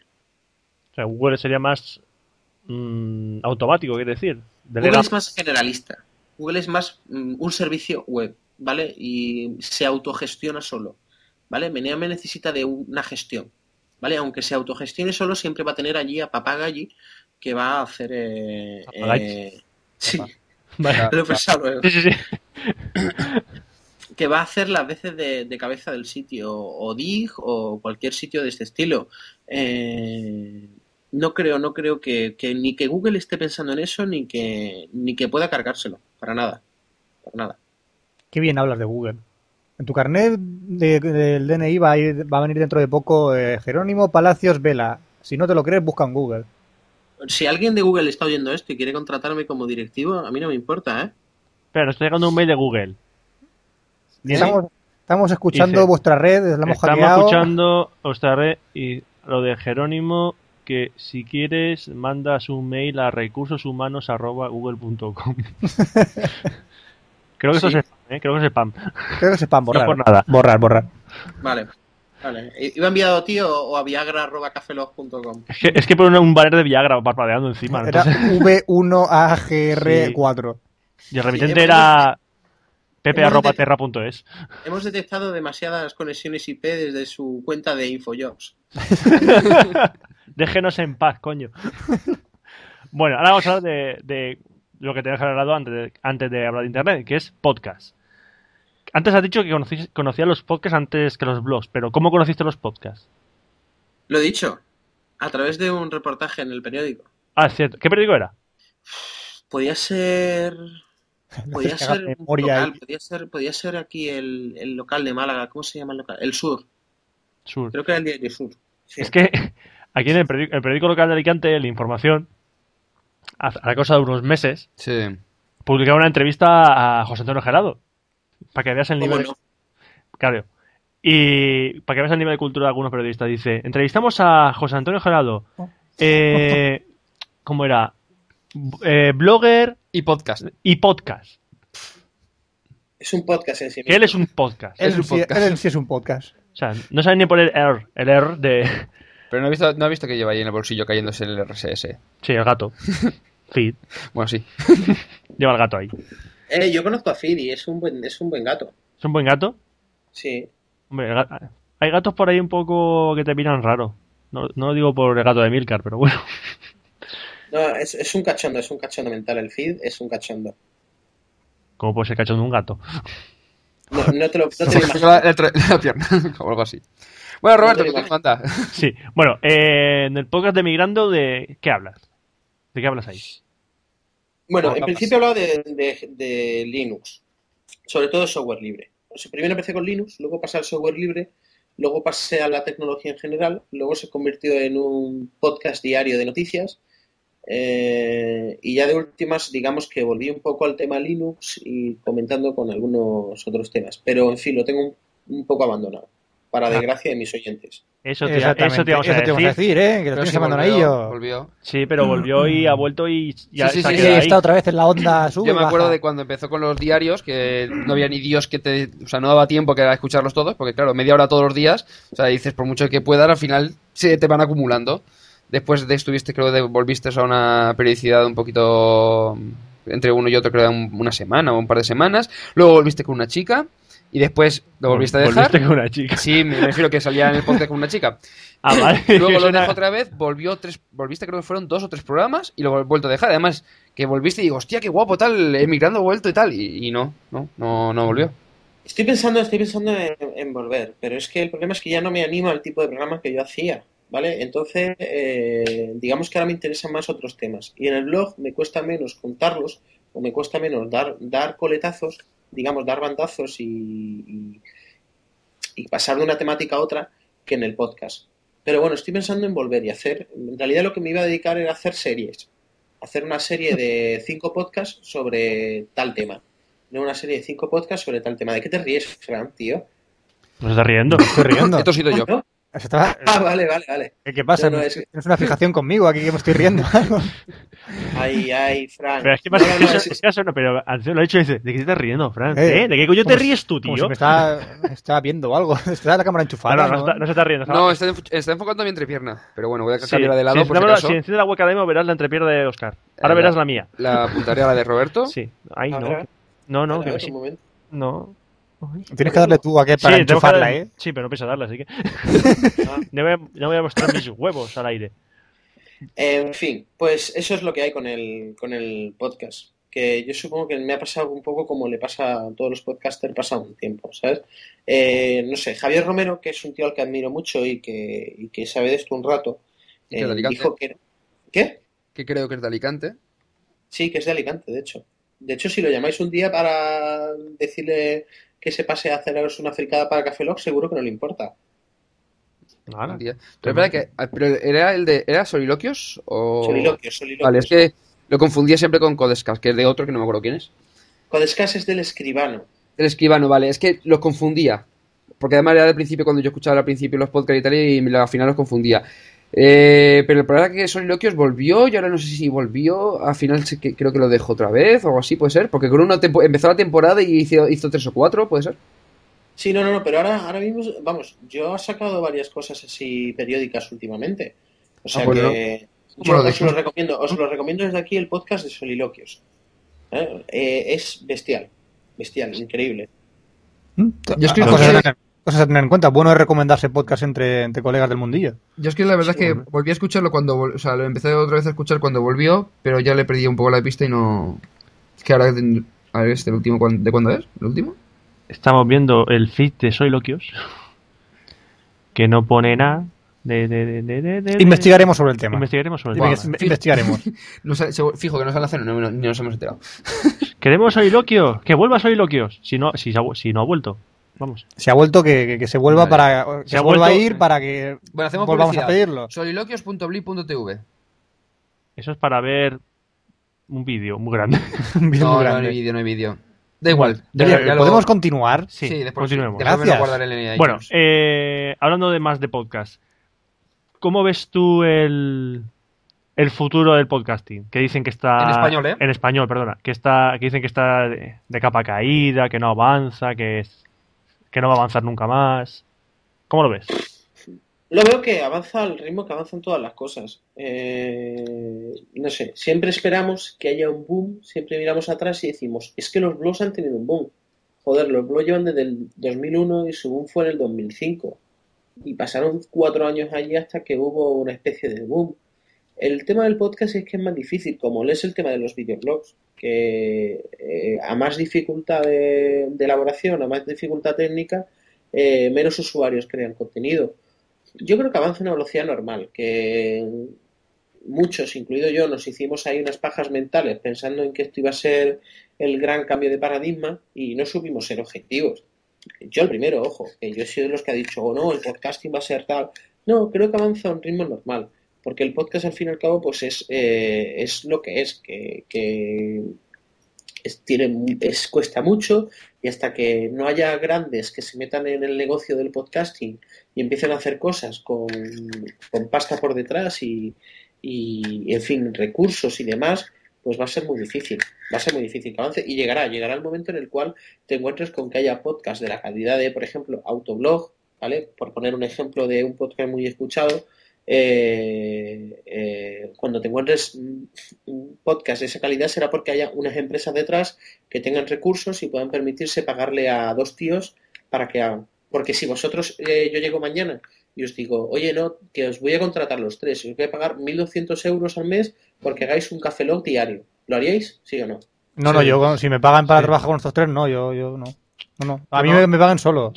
O sea, Google sería más mm, automático, quiere decir. Google Delega- es más generalista. Google es más mm, un servicio web, ¿vale? Y se autogestiona solo, ¿vale? Meneame necesita de una gestión, ¿vale? Aunque se autogestione solo, siempre va a tener allí a Papá Galli que va a hacer... Eh, Papagalli. eh, *laughs* sí, Vale. lo he pensado eh, luego. Sí, sí, sí. que va a hacer las veces de, de cabeza del sitio, o DIG, o cualquier sitio de este estilo. Eh, no creo, no creo que, que ni que Google esté pensando en eso, ni que, ni que pueda cargárselo, para nada, para nada. Qué bien hablas de Google. En tu carnet de- del DNI va a, ir- va a venir dentro de poco eh, Jerónimo Palacios Vela. Si no te lo crees, busca en Google. Si alguien de Google está oyendo esto y quiere contratarme como directivo, a mí no me importa, ¿eh? Espera, nos está llegando un mail de Google. Estamos, estamos escuchando Dice, vuestra red, la hemos Estamos hackeado. escuchando nuestra red y lo de Jerónimo que si quieres mandas un mail a recursoshumanos@google.com. *laughs* creo que eso Sí. es spam, ¿eh? creo que es spam. Creo que sepan borrar. por nada. Borrar, borrar. Vale, vale. ¿Iba enviado a ti o, o a viagra.cafelog.com? Es que, es que pone un banner de Viagra parpadeando encima. Era entonces- V1AGR4. y el remitente Sí, era hemos- pepe@terra.es. Hemos detectado demasiadas conexiones IP desde su cuenta de Infojobs. Déjenos en paz, coño. bueno, ahora vamos a hablar de, de lo que tenías hablado antes de, antes de hablar de internet, que es podcast. Antes has dicho que conocís- conocías los podcasts antes que los blogs, pero ¿cómo conociste los podcasts? Lo dicho, a través de un reportaje en el periódico. Ah, es cierto. ¿Qué periódico era? Podía ser. Podía hagas ser. un memoria local, ahí. podía ser, podía ser aquí el, el local de Málaga. ¿Cómo se llama el local? El Sur. Sur. Creo que era el diario Sur. Sí. Es que *laughs* aquí en el periódico, el periódico local de Alicante, La Información, hace- a la cosa de unos meses, Sí. publicaron una entrevista a José Antonio Gelado. Para que veas el ¿Cómo nivel. no? Claro. Y para que veas el nivel de cultura de algunos periodistas, dice, entrevistamos a José Antonio Geraldo. Eh, ¿Cómo era? B- eh, blogger Y podcast. y podcast. Es un podcast en sí Que mismo. él es un podcast. Él Es en un sí- podcast. él en sí es un podcast. O sea, no saben ni poner error. El error de... Pero no he visto, no he visto que lleva ahí en el bolsillo cayéndose el RSS. Sí, el gato. Feed. Bueno, sí. Lleva el gato ahí. Eh, yo conozco a Fidi, es un buen, es un buen gato. ¿Es un buen gato? Sí. Hombre, el gato... Hay gatos por ahí un poco que te miran raro. No, no lo digo por el gato de Milcar, pero bueno. *laughs* No, es, es un cachondo, es un cachondo mental. El feed es un cachondo. ¿Cómo puede ser cachondo un gato? No, no te lo, *laughs* no te lo imaginas. la, la tra- la pierna *laughs* o algo así. Bueno, Roberto, No te ¿qué lo te manda? Sí, bueno, eh, en el podcast de Migrando, ¿de qué hablas? ¿De qué hablas ahí? Bueno, Ah, en papas. principio hablaba de, de- de Linux, sobre todo software libre. O sea, primero empecé con Linux, luego pasé al software libre, luego pasé a la tecnología en general, luego se convirtió en un podcast diario de noticias eh, y ya de últimas, digamos que volví un poco al tema Linux y comentando con algunos otros temas. Pero en fin, lo tengo un, un poco abandonado, para desgracia de mis oyentes. Eso te, eso te vamos a decir. te vamos a decir, ¿eh? Que lo Pero tienes sí, abandonadillo. volvió, volvió. Sí, pero volvió y ha vuelto y ya Sí, sí, se ha sí, Sí, quedado ahí. está otra vez en la onda sube Yo y me baja. acuerdo de cuando empezó con los diarios, que no había ni Dios que te... O sea, no daba tiempo que a escucharlos todos, porque claro, media hora todos los días, o sea, dices, por mucho que puedas, al final se te van acumulando. Después de estuviste, creo, de, volviste a una periodicidad un poquito... mm, Entre uno y otro, creo, un- una semana o un par de semanas. Luego volviste con una chica y después lo volviste a dejar. Volviste con una chica. Sí, me refiero que salía en el podcast con una chica. Ah, vale. Luego *laughs* Eso lo era- dejó otra vez, volvió tres, volviste creo que fueron dos o tres programas y lo he vuelto a dejar. Además, que volviste y digo, hostia, qué guapo tal, emigrando he vuelto y tal. Y, y no, no, no, no volvió. Estoy pensando, estoy pensando en, en volver, pero es que el problema es que ya no me anima el tipo de programa que yo hacía, ¿vale? Entonces, eh, digamos que ahora me interesan más otros temas. Y en el blog me cuesta menos contarlos, o me cuesta menos dar, dar coletazos, digamos, dar bandazos y, y- y pasar de una temática a otra que en el podcast. Pero bueno, estoy pensando en volver y hacer. En realidad lo que me iba a dedicar era hacer series. Hacer una serie de cinco podcasts sobre tal tema de una serie de cinco podcasts sobre tal tema. ¿De qué te ríes, Fran, tío? Eh. No está riendo. Estoy riendo. Esto he sido yo. ¿No? Eso estaba- Ah, vale, vale, vale. ¿Qué qué pasa? No, no, No, es que- Tienes una fijación conmigo aquí que me estoy riendo. Ay, ay, *laughs* Fran. Pero es que No, *laughs* pasa no, que no, eso- es- eso no, pero Antonio lo ha dicho y dice, ¿de qué te estás riendo, Fran? Eh, ¿Eh? ¿De qué coño te como si- ríes tú, Como tío? si me está, me está viendo algo. *laughs* Está la cámara Ah, enchufada. no, no, se ¿no? está- no se está riendo. No, está, enf- está enfocando mi entrepierna. Pero bueno, voy a Sí, cambiarla de lado si, por si enciendes la- acaso. si enciendes la webcam demo verás la entrepierna de Oscar. Ahora Eh, verás la- la mía. La apuntaré a la de Roberto. Sí. Ahí A no. ver. No, A no, ver, que un sí. momento. No. Ay. Tienes que darle tú a qué para Sí, tengo que enchufarla, dar- ¿eh? Sí, pero no pienso darla, así que. *laughs* Ah, No voy, a, no voy a mostrar mis huevos al aire. En fin, pues eso es lo que hay con el, con el podcast. Que yo supongo que me ha pasado un poco como le pasa a todos los podcasters, pasa un tiempo, ¿sabes? Eh, no sé, Javier Romero, que es un tío al que admiro mucho y que, y que sabe de esto un rato, Y que eh, de Alicante. dijo que... ¿Qué? Que creo que es de Alicante. Sí, que es de Alicante, de hecho. De hecho, si lo llamáis un día para decirle que se pase a haceros una fricada para Café Lock, seguro que no le importa. Ahora. Un día. Pero espera que. ah, pero ¿Era el de. ¿Era Soliloquios? O... Soliloquios, soliloquios. Oh. Vale, es que lo confundía siempre con Codescas, que es de otro que no me acuerdo quién es. Codescas es del escribano. El escribano, vale, es que los confundía. Porque además era al principio, cuando yo escuchaba al principio los podcasts y tal, y me- al final los confundía. Eh, pero el problema es que Soliloquios volvió, y ahora no sé si volvió, al final sí que- creo que lo dejó otra vez o algo así, puede ser. Porque con una tempo- empezó la temporada y hizo, hizo tres o cuatro, puede ser. Sí, no, no, no, pero ahora, ahora mismo, vamos, yo he sacado varias cosas así periódicas últimamente. O sea Ah, pues que no. yo Bueno, os de- lo recomiendo, os lo recomiendo desde aquí el podcast de Soliloquios. ¿Eh? Eh, es bestial, bestial, increíble. Mm, Yo es que- Ah, cosas, yo- a tener, cosas a tener en cuenta. Bueno es recomendarse podcast entre, entre colegas del mundillo. Yo es que la verdad es que volví a escucharlo cuando. vol- O sea, lo empecé otra vez a escuchar cuando volvió, pero ya le perdí un poco la pista y no. Es que ahora. A ver, este, el último. cuan- ¿De cuándo es? ¿El último? Estamos viendo el feed de Soy Loquios. Que no pone nada. De, de, de, de, de- de- Investigaremos sobre el tema. Investigaremos sobre el Inve- tema. inve- Investigaremos. No sé, seguro- fijo que no sale hace, no, no, ni nos hemos enterado. ¿Queremos Soy Loquios? Que vuelva Soy Loquios. Si no, si, se ha vu- si no ha vuelto. Vamos. Se ha vuelto que, que- que se vuelva Vale. para. que Se se, ha vuelva a vuelto- ir para que *laughs* Bueno, hacemos volvamos a publicidad. pedirlo. Soliloquios.bli.tv Eso es para ver un vídeo muy grande. Un vídeo No, no, muy no grande. hay vídeo, no hay vídeo. Da igual. Oye, ya- ya lo- ¿Podemos continuar? Sí, Sí, después continuemos. después me lo Gracias. guardaré en el Bueno, iTunes. eh, hablando de más de podcast, ¿cómo ves tú el, el futuro del podcasting? Que dicen que está En español, ¿eh? En español, perdona, que está, que dicen que está de, de capa caída, que no avanza, que es- que no va a avanzar nunca más. ¿Cómo lo ves? Lo veo que avanza al ritmo que avanzan todas las cosas. Eh, no sé, siempre esperamos que haya un boom, siempre miramos atrás y decimos, es que los blogs han tenido un boom. Joder, los blogs llevan desde el 2001 y su boom fue en el 2005. y pasaron cuatro años allí hasta que hubo una especie de boom. El tema del podcast es que es más difícil, como lo es el tema de los videoblogs, que eh, a más dificultad de, de elaboración, a más dificultad técnica, eh, menos usuarios crean contenido. Yo creo que avanza a una velocidad normal, que muchos, incluido yo, nos hicimos ahí unas pajas mentales pensando en que esto iba a ser el gran cambio de paradigma y no supimos ser objetivos. Yo el primero, ojo, que yo he sido de los que ha dicho, oh, no, el podcasting va a ser tal. No, creo que avanza a un ritmo normal, porque el podcast al fin y al cabo pues es, eh, es lo que es, que, que es, tiene, es, cuesta mucho y hasta que no haya grandes que se metan en el negocio del podcasting y empiecen a hacer cosas con, con pasta por detrás y, y, en fin, recursos y demás, pues va a ser muy difícil. Va a ser muy difícil que avance y llegará, llegará el momento en el cual te encuentres con que haya podcast de la calidad de, por ejemplo, Autoblog, ¿vale? Por poner un ejemplo de un podcast muy escuchado. eh, eh, cuando te encuentres un podcast de esa calidad será porque haya unas empresas detrás que tengan recursos y puedan permitirse pagarle a dos tíos para que hagan. Porque si vosotros, eh, yo llego mañana y os digo, oye, no, que os voy a contratar los tres, y os voy a pagar 1.200 euros al mes porque hagáis un café log diario. ¿Lo haríais? ¿Sí o no? No, no, yo si me pagan para trabajar con estos tres, no, yo, yo no. No, no. A mí No. Me, me *laughs* pagan solo.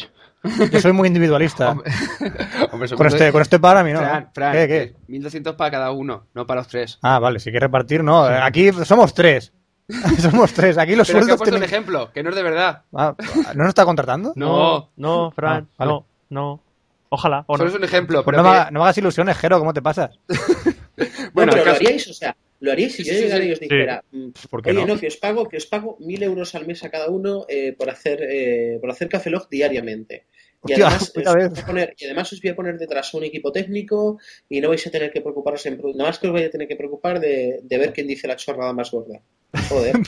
Yo soy muy individualista. Hombre, con, este, con este para mí, ¿no? Fran, Fran, ¿Qué, qué? eh, 1.200 para cada uno, no para los tres. Ah, vale, si quieres repartir, no. eh, Aquí somos tres. *laughs* somos tres. Aquí los Pero es que ha sueldos puesto un tienen- ejemplo, que no es de verdad. Ah, ¿No nos está contratando? No, No, Fran, Ah, vale. no, no. Ojalá, o no. solo es un ejemplo. Pues Pero no, me, que- haga- no me hagas ilusiones, Jero, ¿cómo te pasas? Bueno, bueno, el pero lo caso- haríais, o sea, lo haríais si Sí, yo sí, sí, llegara sí. y os dijera, mm, ¿Por qué oye, no? no? que os pago, que os pago mil euros al mes a cada uno eh, por hacer eh, por hacer café log diariamente. Y *laughs* Hostia, además, os puta voy vez. a poner, y además os voy a poner detrás un equipo técnico y no vais a tener que preocuparos en produ- nada más que os vais a tener que preocupar de, de ver quién dice la chorrada más gorda. *laughs* Joder. *laughs*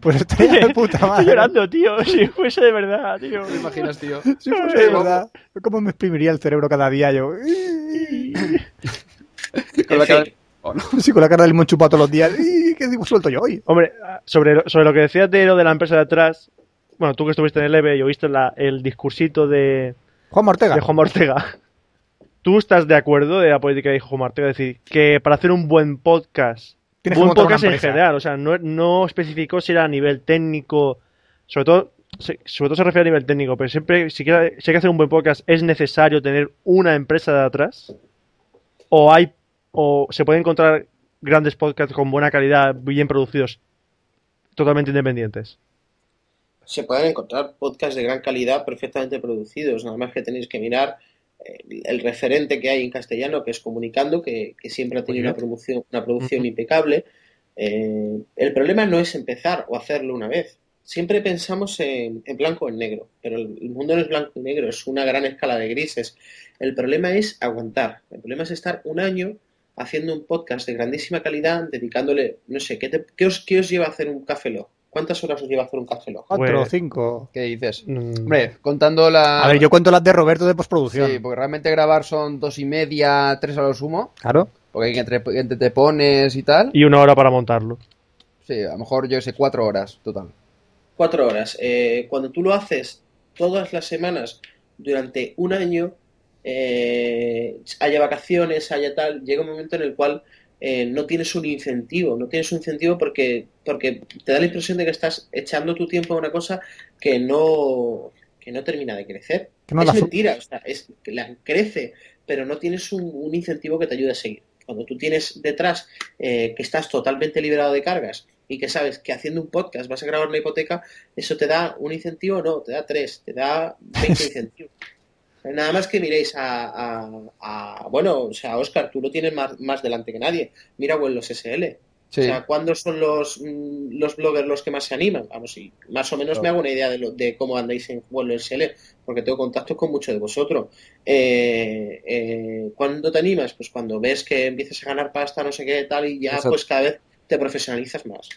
Pues estoy de puta madre. Estoy llorando, tío. *laughs* Si fuese de verdad, tío. *laughs* ¿Te imaginas, tío? Si fuese de pues, verdad, ¿cómo me exprimiría el cerebro cada día yo? *laughs* Con la En cara- fin. Oh, no. Sí, con la cara del limón chupado todos los días. ¡Ih! ¿Qué digo suelto yo hoy? Hombre, ah, sobre, lo- sobre lo que decías de lo de la empresa de atrás, bueno, tú que estuviste en el EVE y oíste la- el discursito de, Juan Ortega. de Juan Ortega, ¿tú estás de acuerdo de la política de Juan Ortega? Es decir, que para hacer un buen podcast, Tienes que buen montar una podcast en empresa. general, o sea, no, no especificó si era a nivel técnico, sobre todo, se- sobre todo se refiere a nivel técnico, pero siempre, si, quiere- si hay que hacer un buen podcast, ¿es necesario tener una empresa de atrás? ¿O hay, o se puede encontrar grandes podcasts con buena calidad, bien producidos, totalmente independientes? se pueden encontrar podcasts de gran calidad perfectamente producidos. Nada más que tenéis que mirar eh, el referente que hay en castellano, que es Comunicando, que, que siempre ha tenido una producción, una producción impecable. Eh, el problema no es empezar o hacerlo una vez. Siempre pensamos en, en blanco o en negro, pero el, el mundo no es blanco y negro, es una gran escala de grises. El problema es aguantar. El problema es estar un año haciendo un podcast de grandísima calidad, dedicándole, no sé, ¿qué, te- qué os, qué os lleva a hacer un café log? ¿Cuántas horas os lleva a hacer un café log? Cuatro, Pues- cinco. ¿Qué dices? Mm. Hombre, contando la... A ver, yo cuento las de Roberto de postproducción. Ah, Sí, porque realmente grabar son dos y media, tres a lo sumo. Claro. Porque hay que entre, entre te pones y tal. Y una hora para montarlo. Sí, a lo mejor yo sé cuatro horas total. Cuatro horas. Eh, cuando tú lo haces todas las semanas durante un año, eh, haya vacaciones, haya tal, llega un momento en el cual eh, no tienes un incentivo, no tienes un incentivo porque, porque te da la impresión de que estás echando tu tiempo a una cosa que no, que no termina de crecer. Que no es la fru- mentira, o sea, es, la, crece, pero no tienes un, un incentivo que te ayude a seguir. Cuando tú tienes detrás eh, que estás totalmente liberado de cargas y que sabes que haciendo un podcast vas a grabar una hipoteca, eso te da un incentivo, no, te da tres, te da *laughs* 20 incentivos. Nada más que miréis a, a- a- bueno, o sea, Oscar, tú lo tienes más, más delante que nadie. Mira, bueno, los SL. Sí. O sea, ¿cuándo son los, mm, los bloggers los que más se animan? Vamos, y más o menos me hago una idea de, lo- de cómo andáis en World SL, porque tengo contactos con muchos de vosotros. Eh, eh, ¿Cuándo te animas? Pues cuando ves que empiezas a ganar pasta, no sé qué, tal, y ya Exacto. pues cada vez te profesionalizas más.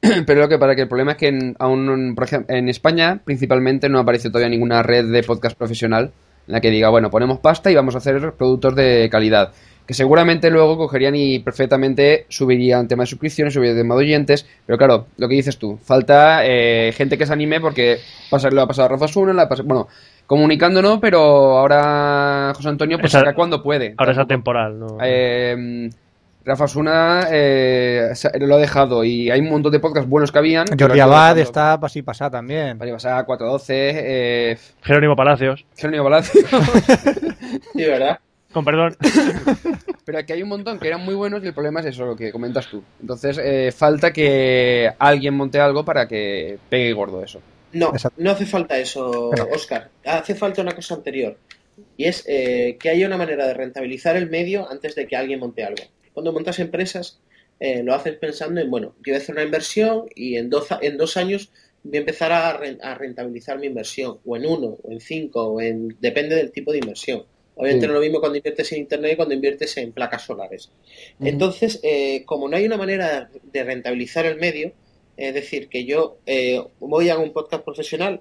*clears throat* Pero lo que para que el problema es que en- aún en- por ejemplo, en España principalmente no aparece todavía ninguna red de podcast profesional en la que diga, bueno, ponemos pasta y vamos a hacer productos de calidad. que seguramente luego cogerían y perfectamente subirían tema de suscripciones, subirían tema de oyentes, pero claro, lo que dices tú, falta eh, gente que se anime porque pasa, lo ha pasado Rafa Suna, la pasa- bueno, comunicándonos, pero ahora José Antonio pues Esa- será cuando puede. Ahora es Tampoco- atemporal, ¿no? eh, Rafa Osuna eh, se- lo ha dejado y hay un montón de podcasts buenos que habían. Jordi Pero- Abad está así pasada también. Vale, vas a 412, Ah, eh, Jerónimo Palacios. Jerónimo Palacio. Sí, ¿verdad? Con perdón. *laughs* *coughs* Pero aquí hay un montón que eran muy buenos y el problema es eso, lo que comentas tú. Entonces, eh, falta que alguien monte algo para que pegue gordo eso. No, Exacto. no hace falta eso, Pero- Oscar. Hace falta una cosa anterior. Y es eh, que haya una manera de rentabilizar el medio antes de que alguien monte algo. Cuando montas empresas, eh, lo haces pensando en, bueno, yo voy a hacer una inversión y en dos, en dos años voy a empezar a, ren- a rentabilizar mi inversión. O en uno, o en cinco, o en... depende del tipo de inversión. Sí. Obviamente no es lo mismo cuando inviertes en Internet que cuando inviertes en placas solares. Ujú. Entonces, eh, como no hay una manera de rentabilizar el medio, es decir, que yo eh, voy a un podcast profesional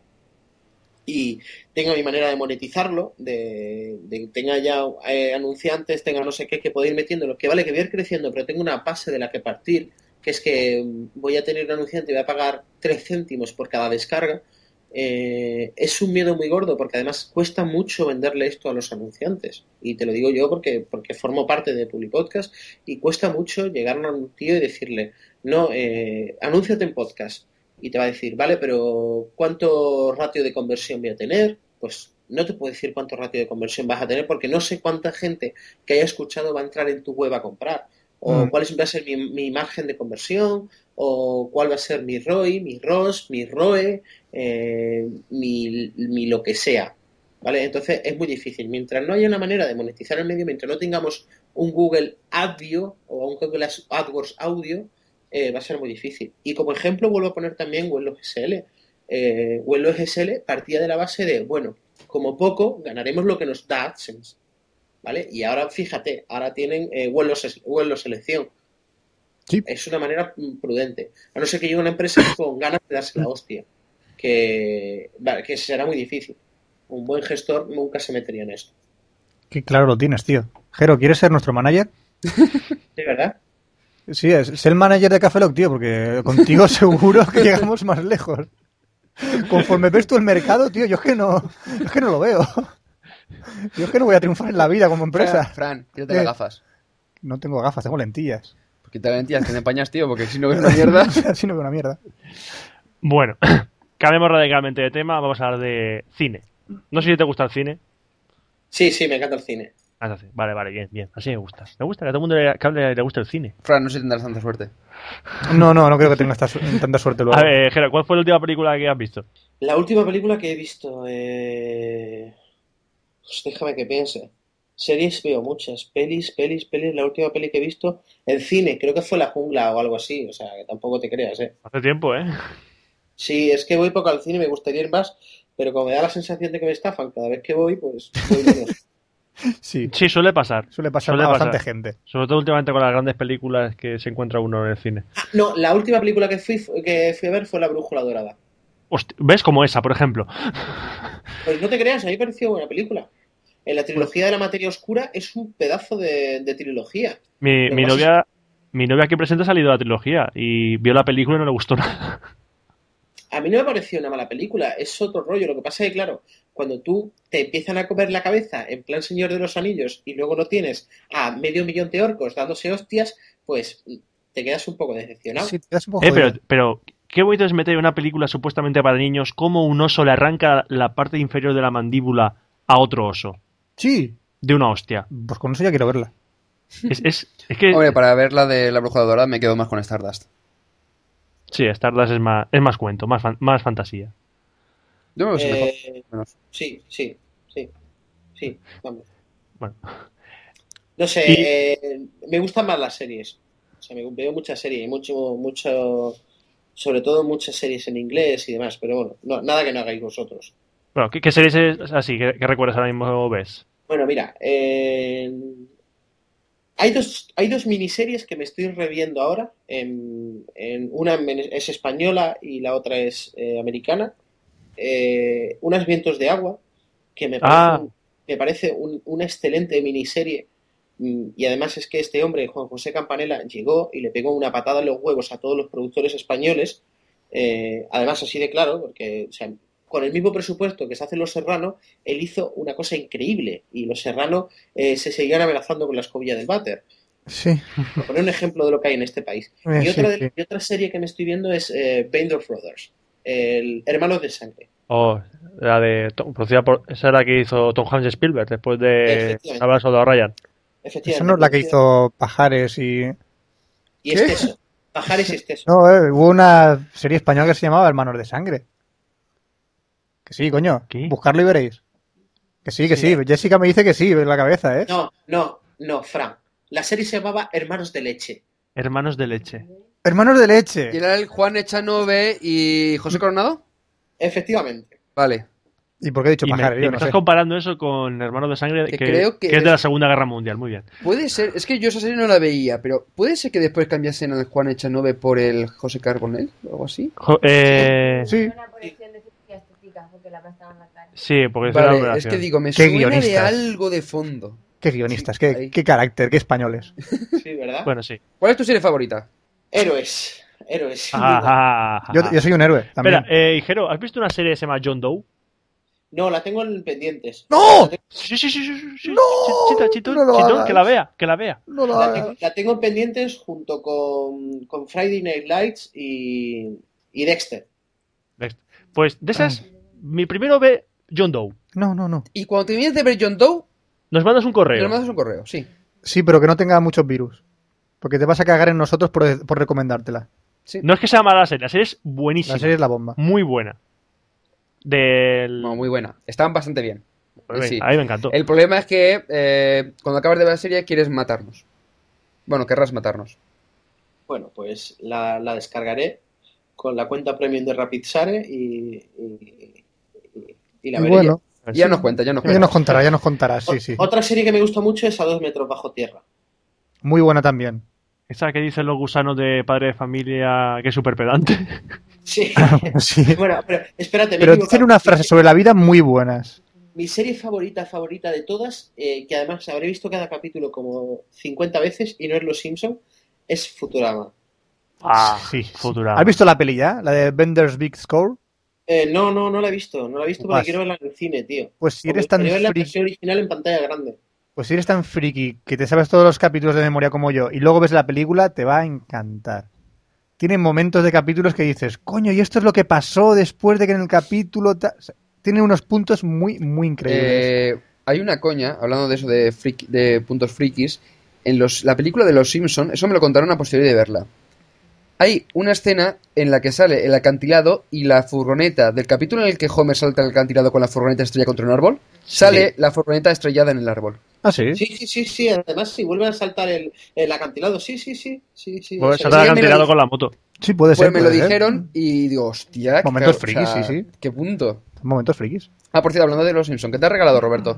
y tenga mi manera de monetizarlo, de, de que tenga ya eh, anunciantes, tenga no sé qué, que pueda ir metiendo, lo que vale que voy a ir creciendo, pero tengo una base de la que partir, que es que mm, voy a tener un anunciante y voy a pagar 3 céntimos por cada descarga. eh, es un miedo muy gordo porque además cuesta mucho venderle esto a los anunciantes y te lo digo yo porque porque formo parte de Publipodcast y cuesta mucho llegar a un tío y decirle, no, eh, anúnciate en podcast. Y te va a decir, vale, pero ¿cuánto ratio de conversión voy a tener? Pues no te puedo decir cuánto ratio de conversión vas a tener porque no sé cuánta gente que haya escuchado va a entrar en tu web a comprar. O Mm. cuál es- va a ser mi, mi margen de conversión, o cuál va a ser mi ROI, mi ROS, mi ROE, eh, mi, mi lo que sea. ¿Vale? Entonces es muy difícil. Mientras no haya una manera de monetizar el medio, mientras no tengamos un Google Audio o un Google As- AdWords Audio eh, va a ser muy difícil. Y como ejemplo vuelvo a poner también Wello GSL. Eh, Wello GSL partía de la base de, bueno, como poco ganaremos lo que nos da AdSense. ¿Vale? Y ahora fíjate, ahora tienen eh, Wello Se- Wello Selección. Sí. Es una manera mm, prudente. A no ser que llegue una empresa con ganas de darse la hostia. Que, va- que será muy difícil. Un buen gestor nunca se metería en esto. Qué claro lo tienes, tío. Jero, ¿quieres ser nuestro manager? ¿De verdad? Sí, es, es el manager de Café Lock, tío, porque contigo *laughs* seguro que llegamos más lejos. Conforme ves tú el mercado, tío, yo es que no, yo es que no lo veo. Yo es que no voy a triunfar en la vida como Fran, empresa. Fran, quítate las Eh. gafas. No tengo gafas, tengo lentillas. *laughs* Quítate las lentillas, que te empañas, tío, porque si no ves una mierda. Así no veo una mierda. Bueno, *coughs* cambiamos radicalmente de tema. Vamos a hablar de cine. No sé si te gusta el cine. Sí, sí, me encanta el cine. Ah, entonces, Vale, vale, bien, bien. Así me gusta. Me gusta que a todo el mundo le, que hable- le guste el cine. Fran, no sé si tendrás tanta suerte. No, no, no creo que tenga esta su- tanta suerte luego. A ver, eh, Jero, ¿cuál fue la última película que has visto? La última película que he visto, eh... pues déjame que piense. Series veo muchas, pelis, pelis, pelis. La última peli que he visto en cine, creo que fue La Jungla o algo así, o sea, que tampoco te creas, ¿eh? Hace tiempo, ¿eh? Sí, es que voy poco al cine, me gustaría ir más, pero como me da la sensación de que me estafan cada vez que voy, pues voy menos. Sí, Sí, suele pasar. suele pasar Suele a bastante pasar. gente. Sobre todo últimamente con las grandes películas que se encuentra uno en el cine. Ah, no, la última película que fui, que fui a ver fue La Brújula Dorada. Hosti- ¿Ves como esa, por ejemplo? Pues no te creas, a mí me pareció buena película. En la trilogía de la materia oscura es un pedazo de, de trilogía. Mi, Lo mi que pasa novia mi novia aquí presente ha salido de la trilogía y vio la película y no le gustó nada. A mí no me pareció una mala película, es otro rollo. Lo que pasa es que, claro, cuando tú te empiezan a comer la cabeza en plan Señor de los Anillos y luego no tienes a medio millón de orcos dándose hostias, pues te quedas un poco decepcionado. Sí, te das un poco Eh, pero, jodido. pero qué bonito es meter una película supuestamente para niños como un oso le arranca la parte inferior de la mandíbula a otro oso. Sí, De una hostia. pues con eso ya quiero verla. Es, es, es que... Hombre, para ver la de la bruja dorada me quedo más con Stardust. Sí, Stardust es más, es más cuento, más, fan- más fantasía. Yo me lo sé pues, mejor. Eh, menos. sí, sí, sí, sí, vamos. Bueno. No sé, Y- eh, me gustan más las series. O sea, me veo muchas series, y mucho, mucho, sobre todo muchas series en inglés y demás, pero bueno, no, nada que no hagáis vosotros. Bueno, ¿qué, qué series es así que, que recuerdas ahora mismo ves? Bueno, mira, eh, hay dos, hay dos miniseries que me estoy reviendo ahora. en- en- una en- es española y la otra es eh, americana. Eh, unas Vientos de Agua, que me parece, Ah. un- me parece un- una excelente miniserie Mm, Y además es que este hombre, Juan José Campanella, llegó y le pegó una patada en los huevos a todos los productores españoles. eh, además, así de claro, porque o sea, con el mismo presupuesto que se hace en Los Serrano, él hizo una cosa increíble. Y Los Serrano eh, se seguían amenazando con la escobilla del váter. Sí. Por poner un ejemplo de lo que hay en este país. Eh, Y sí, otra, de- sí. y otra serie que me estoy viendo es eh, Band of Brothers, el Hermanos de Sangre. Oh, la de Tom- producida por esa era la que hizo Tom Hanks Spielberg después de Efectivamente. hablar sobre Ryan. Efectivamente. Esa no es la que hizo Pajares y... Y ¿Qué? Esteso. Pajares y Esteso. *laughs* No, eh, hubo una serie española que se llamaba Hermanos de Sangre. Que sí, coño. ¿Qué? Buscarlo y veréis. Que sí, que sí. Sí. Jessica me dice que sí, en la cabeza, ¿eh? No, no, no, Fran. La serie se llamaba Hermanos de Leche. Hermanos de leche. Hermanos de leche. ¿Y era el Juan Echanove y Mm. José Coronado? Efectivamente. Vale. ¿Y por qué he dicho Y me, Pajares? y Yo me no estás sé. comparando eso con Hermanos de Sangre, que, Que creo que que es de es- la Segunda Guerra Mundial. Muy bien. Puede ser, es que yo esa serie no la veía, pero ¿puede ser que después cambiasen al Juan Echanove por el José Carbonell o algo así? Jo- eh, sí. Sí. Una colección de cirugía estética porque la aplastaban la cara. porque es una Vale, es relación. que digo, me Qué suena de guionistas. algo de fondo. Qué guionistas, ahí. qué, qué carácter, qué españoles. Sí, ¿verdad? *laughs* Bueno, sí. ¿Cuál es tu serie favorita? Héroes. Héroes. Ajá, ajá. Yo, yo soy un héroe también. Ah. Espera, eh, Jero, ¿has visto una serie que se llama John Doe? No, la tengo en pendientes. ¡No! Sí, sí, sí, sí, sí, sí. ¡No! Chita, chitón, No lo chitón, hagas. que la vea, que la vea. No lo La tengo, hagas. la tengo en pendientes junto con, con Friday Night Lights y, y Dexter. Pues de esas, Ah. mi primero ve John Doe. No, no, no. Y cuando termines de ver John Doe, Nos mandas un correo. le mandas un correo, sí. Mm. Sí, pero que no tenga muchos virus. Porque te vas a cagar en nosotros por, por recomendártela. No es que sea mala la serie, la serie es La buenísima. serie es la bomba. Muy buena. Del... No, muy buena. Estaban bastante bien. Pues sí. venga, A mí me encantó. El problema es que eh, cuando acabas de ver la serie quieres matarnos. Bueno, querrás matarnos. Bueno, pues la, la descargaré con la cuenta premium de Rapidsare y, y, y- y la Y veré. bueno, ¿Ah, Sí. Ya nos cuenta, ya nos ya cuenta. nos contará, ya nos contará. O- Sí, sí. Otra serie que me gusta mucho es A dos metros bajo tierra. *laughs* Muy *laughs* buena también. Esa que dicen los gusanos de padre de familia que es súper pedante. Sí. Sí. bueno, pero espérate. me he Ah, Pero equivocado. tiene unas frases sobre la vida muy buenas. Mi serie favorita, favorita de todas, eh, que además habré visto cada capítulo como 50 veces y no es Los Simpson, es Futurama. Ah, Sí. Futurama. ¿Has visto la peli ya? La de Bender's Big Score. Eh, no, no, no la he visto, no la he visto porque Vas. quiero verla en el cine, tío. Pues si Porque eres tan quiero ver la friki, versión original en pantalla grande. pues si eres tan friki que te sabes todos los capítulos de memoria como yo y luego ves la película, te va a encantar. Tiene momentos de capítulos que dices, coño, y esto es lo que pasó después de que en el capítulo. ta-". O sea, tiene unos puntos muy, muy increíbles. Eh, hay una coña, hablando de eso de, friki- de puntos frikis, en los, la película de Los Simpson, eso me lo contaron a posteriori de verla. Hay una escena en la que sale el acantilado y la furgoneta del capítulo en el que Homer salta al acantilado con la furgoneta estrella contra un árbol, sale la furgoneta estrellada en el árbol. ah, sí. Sí, sí, sí, sí, además sí, vuelven a saltar el, el acantilado, sí, sí, sí, sí, sí. Pues eso se es. Sí, me te ha lo cancelado dijo. con la moto. Sí, puede Pues ser. me lo puede ser. dijeron y digo, hostia, qué ¿eh? Momentos cago- o sea, frikis, sí, sí. Qué punto. Momentos frikis. Ah, por cierto, hablando de Los Simpson, ¿qué te ha regalado *clears throat* Roberto?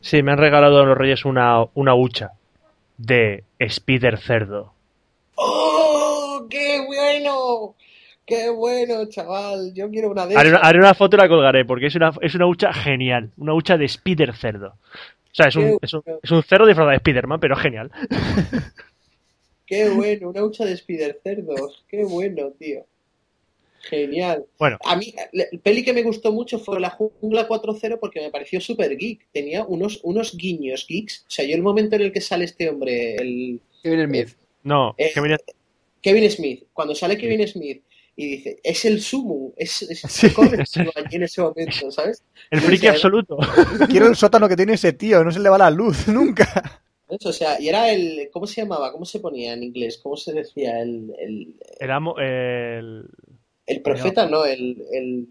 Sí, me han regalado a los reyes una, una hucha de Spider Cerdo. ¡Oh, qué bueno! ¡Qué bueno, chaval! Yo quiero una de Haré una, esas. haré una foto y la colgaré porque es una, es una hucha genial. Una hucha de Spider Cerdo. O sea, es un, es un, es un cerdo disfrazado de Spiderman, pero genial. ¡Qué bueno! Una hucha de Spider Cerdos. ¡Qué bueno, tío! Genial. Bueno, A mí, la la peli que me gustó mucho fue La Jungla 4.0 porque me pareció súper geek. Tenía unos, unos guiños geeks. O sea, yo el momento en el que sale este hombre, el Que viene el Myth. no, Eh, que venía- Kevin Smith, cuando sale Kevin Smith y dice, es el sumo, es, es Sí. corre solo allí en ese momento, ¿sabes? el sí, friki sí, a ver. absoluto. Quiero el sótano que tiene ese tío, no se le va la luz *laughs* nunca. ¿Ves? O sea, y era el, ¿cómo se llamaba? ¿Cómo se ponía en inglés? ¿Cómo se decía? El, el, El amo, el, el profeta, no, el, el,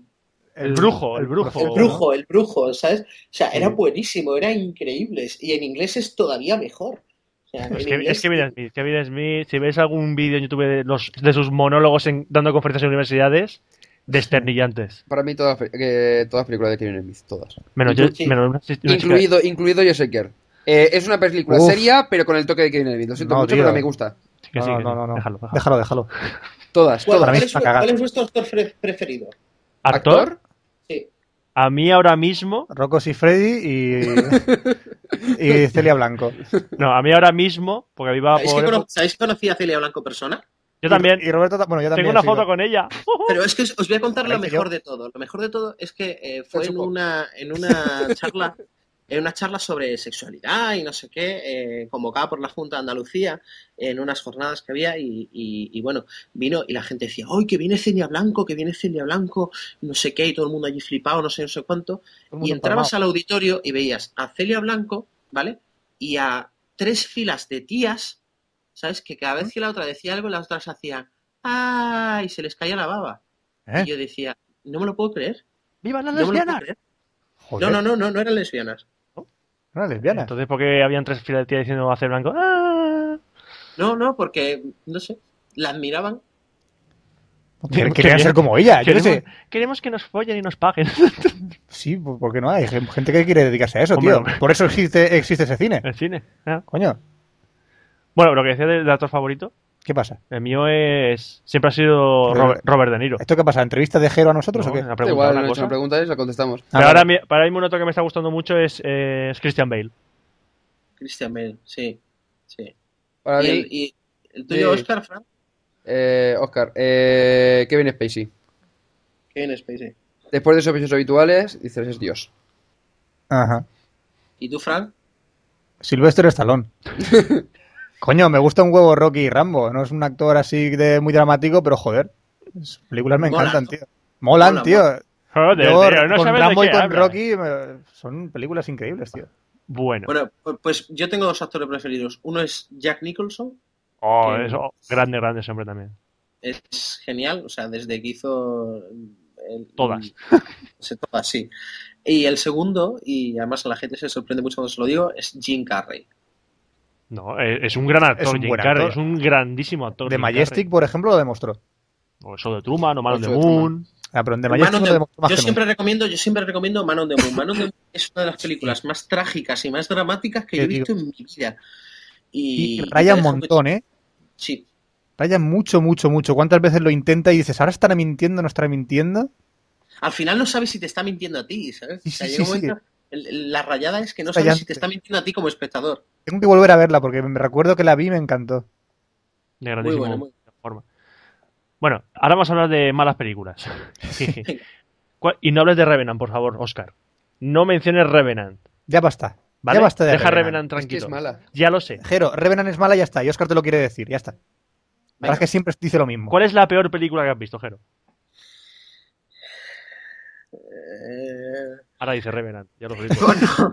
El brujo, el brujo. el brujo, el brujo, ¿sabes? O sea, era Sí. buenísimo, era increíble. Y en inglés es todavía mejor. O sea, Es en que, inglés- es Kevin Smith, Kevin Smith, si ves algún vídeo en YouTube de, los, de sus monólogos en- dando conferencias en universidades, desternillantes. Para mí todas las pe- eh, todas las películas de Kevin Smith, todas. Menos, Inclu- yo- sí. menos una, una chica- Incluido, incluido Joseph Kerr. Eh, es una película Uf. seria, pero con el toque de Kevin Smith. Lo siento No, mucho, tío. pero me gusta. que sí, no, que no, sí. no, no. Déjalo, déjalo. Déjalo, déjalo. Todas, Bueno, todas. para mí ¿cuál, es es, una vu- cagada. cuál es vuestro actor fre- preferido? ¿Actor? ¿Actor? Sí. A mí ahora mismo, Rocco y Freddy y. *laughs* y Celia Blanco. No, a mí ahora mismo, porque viva ¿Sabéis que, por... cono- ¿sabéis que conocí a Celia Blanco persona? Yo también. Y Roberto, ta- bueno, yo también. Tengo una sí, foto lo- con ella. Pero es que os os voy a contar lo Hombre, mejor yo- de todo. Lo mejor de todo es que eh, fue Pues en supongo. una, en *laughs* una charla en una charla sobre sexualidad y no sé qué, eh, convocada por la Junta de Andalucía en unas jornadas que había y, y- y bueno, vino y la gente decía, ¡ay, que viene Celia Blanco, que viene Celia Blanco! No sé qué, y todo el mundo allí flipado, no sé, no sé cuánto. todo el Y mundo entrabas palmao. al auditorio y veías a Celia Blanco, ¿vale? Y a tres filas de tías, ¿sabes? Que cada vez que la otra decía algo, las otras hacían ¡ay! Y se les caía la baba. ¿Eh? Y yo decía, no me lo puedo creer. ¡Viva las No, me lo puedo creer. Joder, no, no, no, no, no eran lesbianas. no eres lesbiana. Entonces, ¿por qué habían tres filas de tías diciendo hacer blanco? ¡Ah! No, no, porque, no sé, la admiraban. Querían Querían- ser como ella, yo qué sé. Queremos, queremos que nos follen y nos paguen. *laughs* Sí, pues, ¿por qué no hay? Hay gente que quiere dedicarse a eso, Hombre, tío. hombre. Por eso existe, existe ese cine. El cine. ¿eh? Coño, Bueno, lo que decía del actor favorito, ¿qué pasa? el mío es. Siempre ha sido Pero- Robert, Robert De Niro. ¿Esto qué pasa? ¿Entrevista de Jero a nosotros No, o qué? una Da pregunta, igual, no una he hecho cosa. una pregunta y la contestamos. Pero Ah, ahora, vale. mi- para mí un otro que me está gustando mucho es, eh, es Christian Bale. Christian Bale, sí. sí. Para ¿Y, mí, el, y el tuyo, Sí. Oscar, Fran? eh, Oscar, eh, Kevin Spacey. Kevin Spacey. Después de esos episodios habituales, dices, es Dios. Ajá. ¿Y tú, Fran? *laughs* Sylvester Stallone. Coño, me gusta un huevo Rocky y Rambo. No es un actor así de muy dramático, pero joder. Sus películas me Molan, encantan, ¿no? tío. Molan, Molan, tío. Joder, Yo tío, no con sabes de Rambo y qué con hablas. Rocky me- son películas increíbles, tío. Bueno, Bueno, pu- pues yo tengo dos actores preferidos. Uno es Jack Nicholson, oh, que- eso, grande, grande ese hombre también. es genial, o sea, desde que hizo... el- Todas. Se todas, *laughs* sí. Y el segundo, y además a la gente se sorprende mucho cuando se lo digo, es Jim Carrey. No, eh, es un gran actor, Es un Jim buen Carrey, actor. es un grandísimo actor. De Jim Carrey. Majestic, por ejemplo, lo demostró. O eso de Truman, o Man on Eso the de Truman. Moon. Ah, pero en The Man Majestic on lo the- demostró más yo que nunca. siempre recomiendo, yo siempre recomiendo Man on the Moon. Man on the Moon *laughs* es una de las películas más trágicas y más dramáticas que Te yo he visto en mi vida. Y, Y raya un y- montón, ¿eh? Sí, Raya mucho, mucho, mucho. ¿Cuántas veces lo intenta y dices, ahora estará mintiendo, no estará mintiendo? al final no sabes si te está mintiendo a ti, ¿sabes? Sí, O sea, sí, llega sí, un momento- el- el- la rayada es que no Está sabes ya- si te está mintiendo a ti como espectador. Tengo que volver a verla porque me recuerdo que la vi y me encantó. De grandísimo bueno, muy forma. Bueno, ahora vamos a hablar de malas películas. *laughs* ¿Cuál- y no hables de Revenant, por favor, Oscar. No menciones Revenant. Ya basta. ¿vale? Ya basta de Deja Revenant. Revenant Es que tranquilo. es mala. Ya lo sé. Jero, Revenant es mala y ya está. Y Oscar te lo quiere decir, ya está. La verdad es que siempre dice lo mismo. ¿Cuál es la peor película que has visto, Jero? Eh, Bueno, Ahora dice Revenant. *laughs* Ya lo he dicho.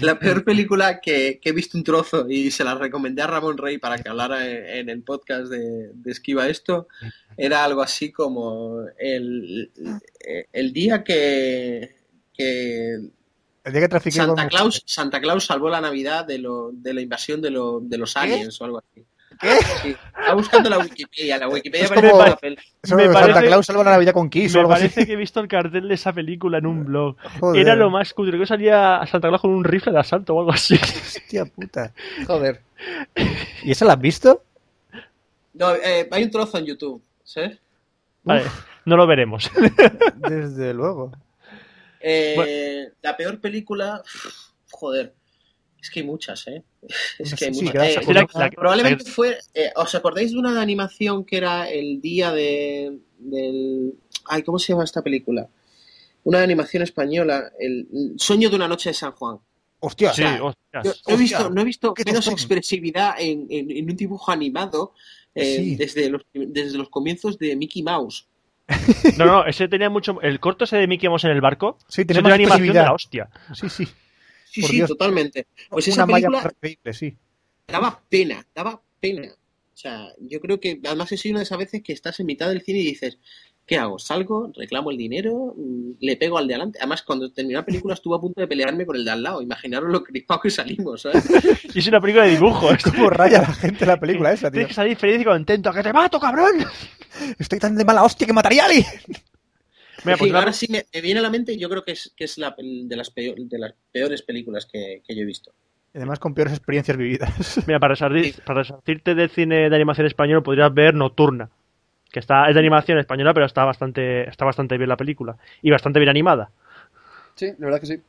la peor película que, que he visto un trozo y se la recomendé a Ramón Rey para que hablara en, en el podcast de, de Esquiva Esto era algo así como el, el día que, que El día que trafiqué con Santa mujeres. Claus, Santa Claus salvó la Navidad de, lo, de la invasión de, lo- de los aliens o algo así. Ah, Sí. Está buscando la Wikipedia. La Wikipedia Es parece como- una peli. Eso, Me Santa parece- Claus salva la Navidad con Kiss o Me algo así. parece que he visto el cartel de esa película en un blog. Joder, Era lo más cutre. Yo salía a Santa Claus con un rifle de asalto o algo así. Hostia puta. Joder. ¿Y esa la has visto? No, eh, hay un trozo en YouTube. ¿sabes? Vale, no lo veremos. Desde luego. Eh, La peor película. Joder. Es que hay muchas, ¿eh? *laughs* Es que hay Sí, muchas. quedarse Eh, *laughs* con la- una- la- Probablemente fue. eh, ¿Os acordáis de una de animación que era el día de. del. Ay, ¿cómo se llama esta película? Una de animación española, el Sueño de una noche de San Juan. Hostia, *laughs* Sí, Yo *laughs* hostias. no he Hostia, visto, no he visto qué menos tostón. expresividad en, en- en un dibujo animado eh, Sí. desde, los, desde los comienzos de Mickey Mouse. No, no, ese tenía mucho. El corto ese de Mickey Mouse en el barco. Sí, Eso tiene tiene más animación de expresividad. la hostia. Sí, sí. Sí, Por sí, Dios. totalmente. Pues una esa malla película más creíble, sí. *laughs* daba pena, daba pena. O sea, yo creo que además es una de esas veces que estás en mitad del cine y dices, ¿qué hago? ¿Salgo? ¿Reclamo el dinero? Mm, ¿Le pego al de adelante? Además, cuando terminó la película estuve a punto de pelearme con el de al lado. Imaginaros lo crispado que salimos, ¿sabes? Y es una película de dibujos. Cómo raya la gente la película esa, tío. Tienes que salir feliz y contento. ¡Que te mato, cabrón! Estoy tan de mala hostia que mataría a alguien. *laughs* Mira, Sí, pues una- ahora sí me, me viene a la mente y yo creo que es, que es la, de, las peor- de las peores películas que, que yo he visto. Y Además, con peores experiencias vividas. mira, para, resarcir- para resarcirte del cine de animación español podrías ver Nocturna. Que está, es de animación española, pero está bastante, está bastante bien la película. Y bastante bien animada. Sí, la verdad es que sí.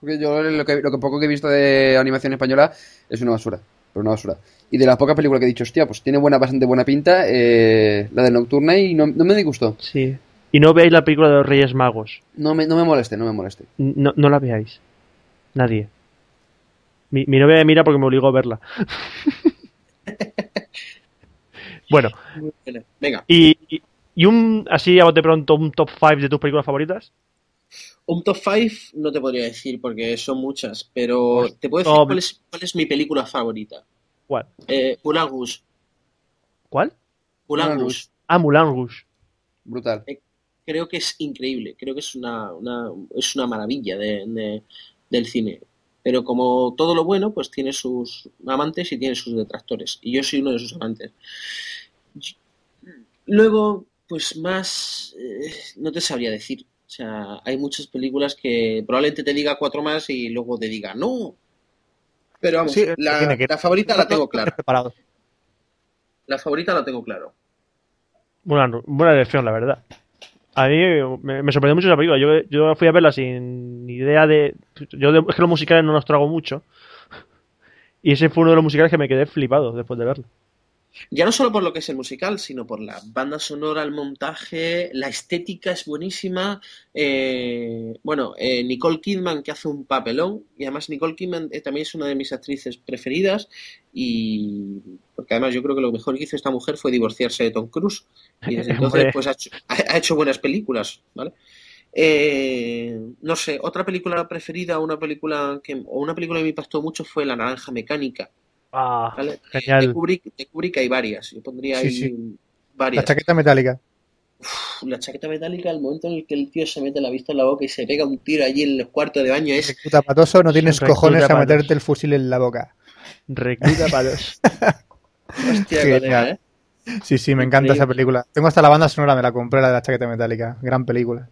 Porque yo lo que, lo que poco que he visto de animación española es una basura. Pero una basura. Y de las pocas películas que he dicho, hostia, pues tiene buena, bastante buena pinta eh, la de Nocturna y no, no me disgustó. Sí. Y no veáis la película de los Reyes Magos. No me, no me moleste, no me moleste. No, no la veáis. Nadie. Mi, mi novia me mira porque me obligó a verla. *laughs* bueno, Venga, y, y- y un así a bote pronto, un top 5 de tus películas favoritas. un top 5 no te podría decir porque son muchas, pero te puedo Pues decir top. cuál es, cuál es mi película favorita. ¿Cuál? Eh, Pulagus. ¿Cuál? Pulagus. Ah, Moulin Rouge. Brutal. Creo que es increíble, creo que es una, una- es una maravilla de- de- del cine. Pero como todo lo bueno, pues tiene sus amantes y tiene sus detractores. Y yo soy uno de sus amantes. Luego, pues más, eh, no te sabría decir. O sea, hay muchas películas que probablemente te diga cuatro más y luego te diga no. Pero vamos, Sí, la, tiene que- la *laughs* favorita la tengo clara. Preparado. La favorita la tengo claro. Moulin Rouge. Buena elección, la verdad. A mí me, me sorprendió mucho esa película. Yo, yo fui a verla sin idea de. Yo de- es que los musicales no los trago mucho. Y ese fue uno de los musicales que me quedé flipado después de verlo. Ya no solo por lo que es el musical, sino por la banda sonora, el montaje, la estética es buenísima. Eh, bueno, eh, Nicole Kidman que hace un papelón y además Nicole Kidman eh, también es una de mis actrices preferidas y porque además yo creo que lo mejor que hizo esta mujer fue divorciarse de Tom Cruise y desde entonces Hombre. pues ha hecho, ha- ha hecho buenas películas, ¿vale? Eh, no sé, otra película preferida, una película que o una película que me impactó mucho fue La Naranja Mecánica, Ah, ¿vale? De genial. Kubrick, de Kubrick hay varias. Yo pondría Sí, ahí La varias. chaqueta metálica. Pf, La chaqueta metálica, el momento en el que el tío se mete la vista en la boca y se pega un tiro allí en los cuartos de *laughs* baño, es Puta patoso, no tienes Recluta cojones a palos. meterte el fusil en la boca. Recluta para *laughs* los. hostia, Genial. colega, ¿eh? Sí, sí, me encanta esa película. Tengo hasta la banda sonora, me la compré, la de la chaqueta metálica. Gran película.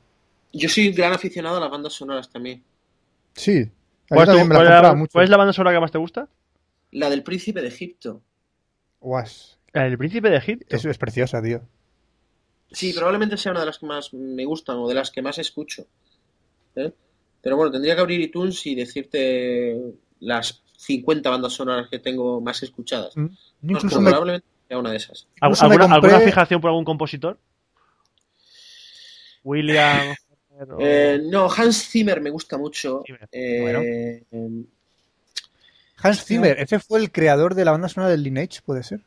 Yo soy un gran aficionado a las bandas sonoras también. Sí. Yo ¿Cuál, es tu- también me Pues la cuál es compraba la, mucho. cuál es la banda sonora que más te gusta? La del príncipe de Egipto. Guas, El Príncipe de Egipto. es, es preciosa, tío. Sí, probablemente sea una de las que más me gustan o de las que más escucho. ¿eh? Pero bueno, tendría que abrir iTunes y decirte las 50 bandas sonoras que tengo más escuchadas. Mm. Yo No, incluso pero me, probablemente sea una de esas. ¿Al- incluso me ¿Alguna, compré- alguna fijación por algún compositor? William. Hofer o- Eh, no, Hans Zimmer me gusta mucho. Zimmer, Eh, em, Hans Zimmer, ese fue el creador de la banda sonora del Lineage, ¿puede ser?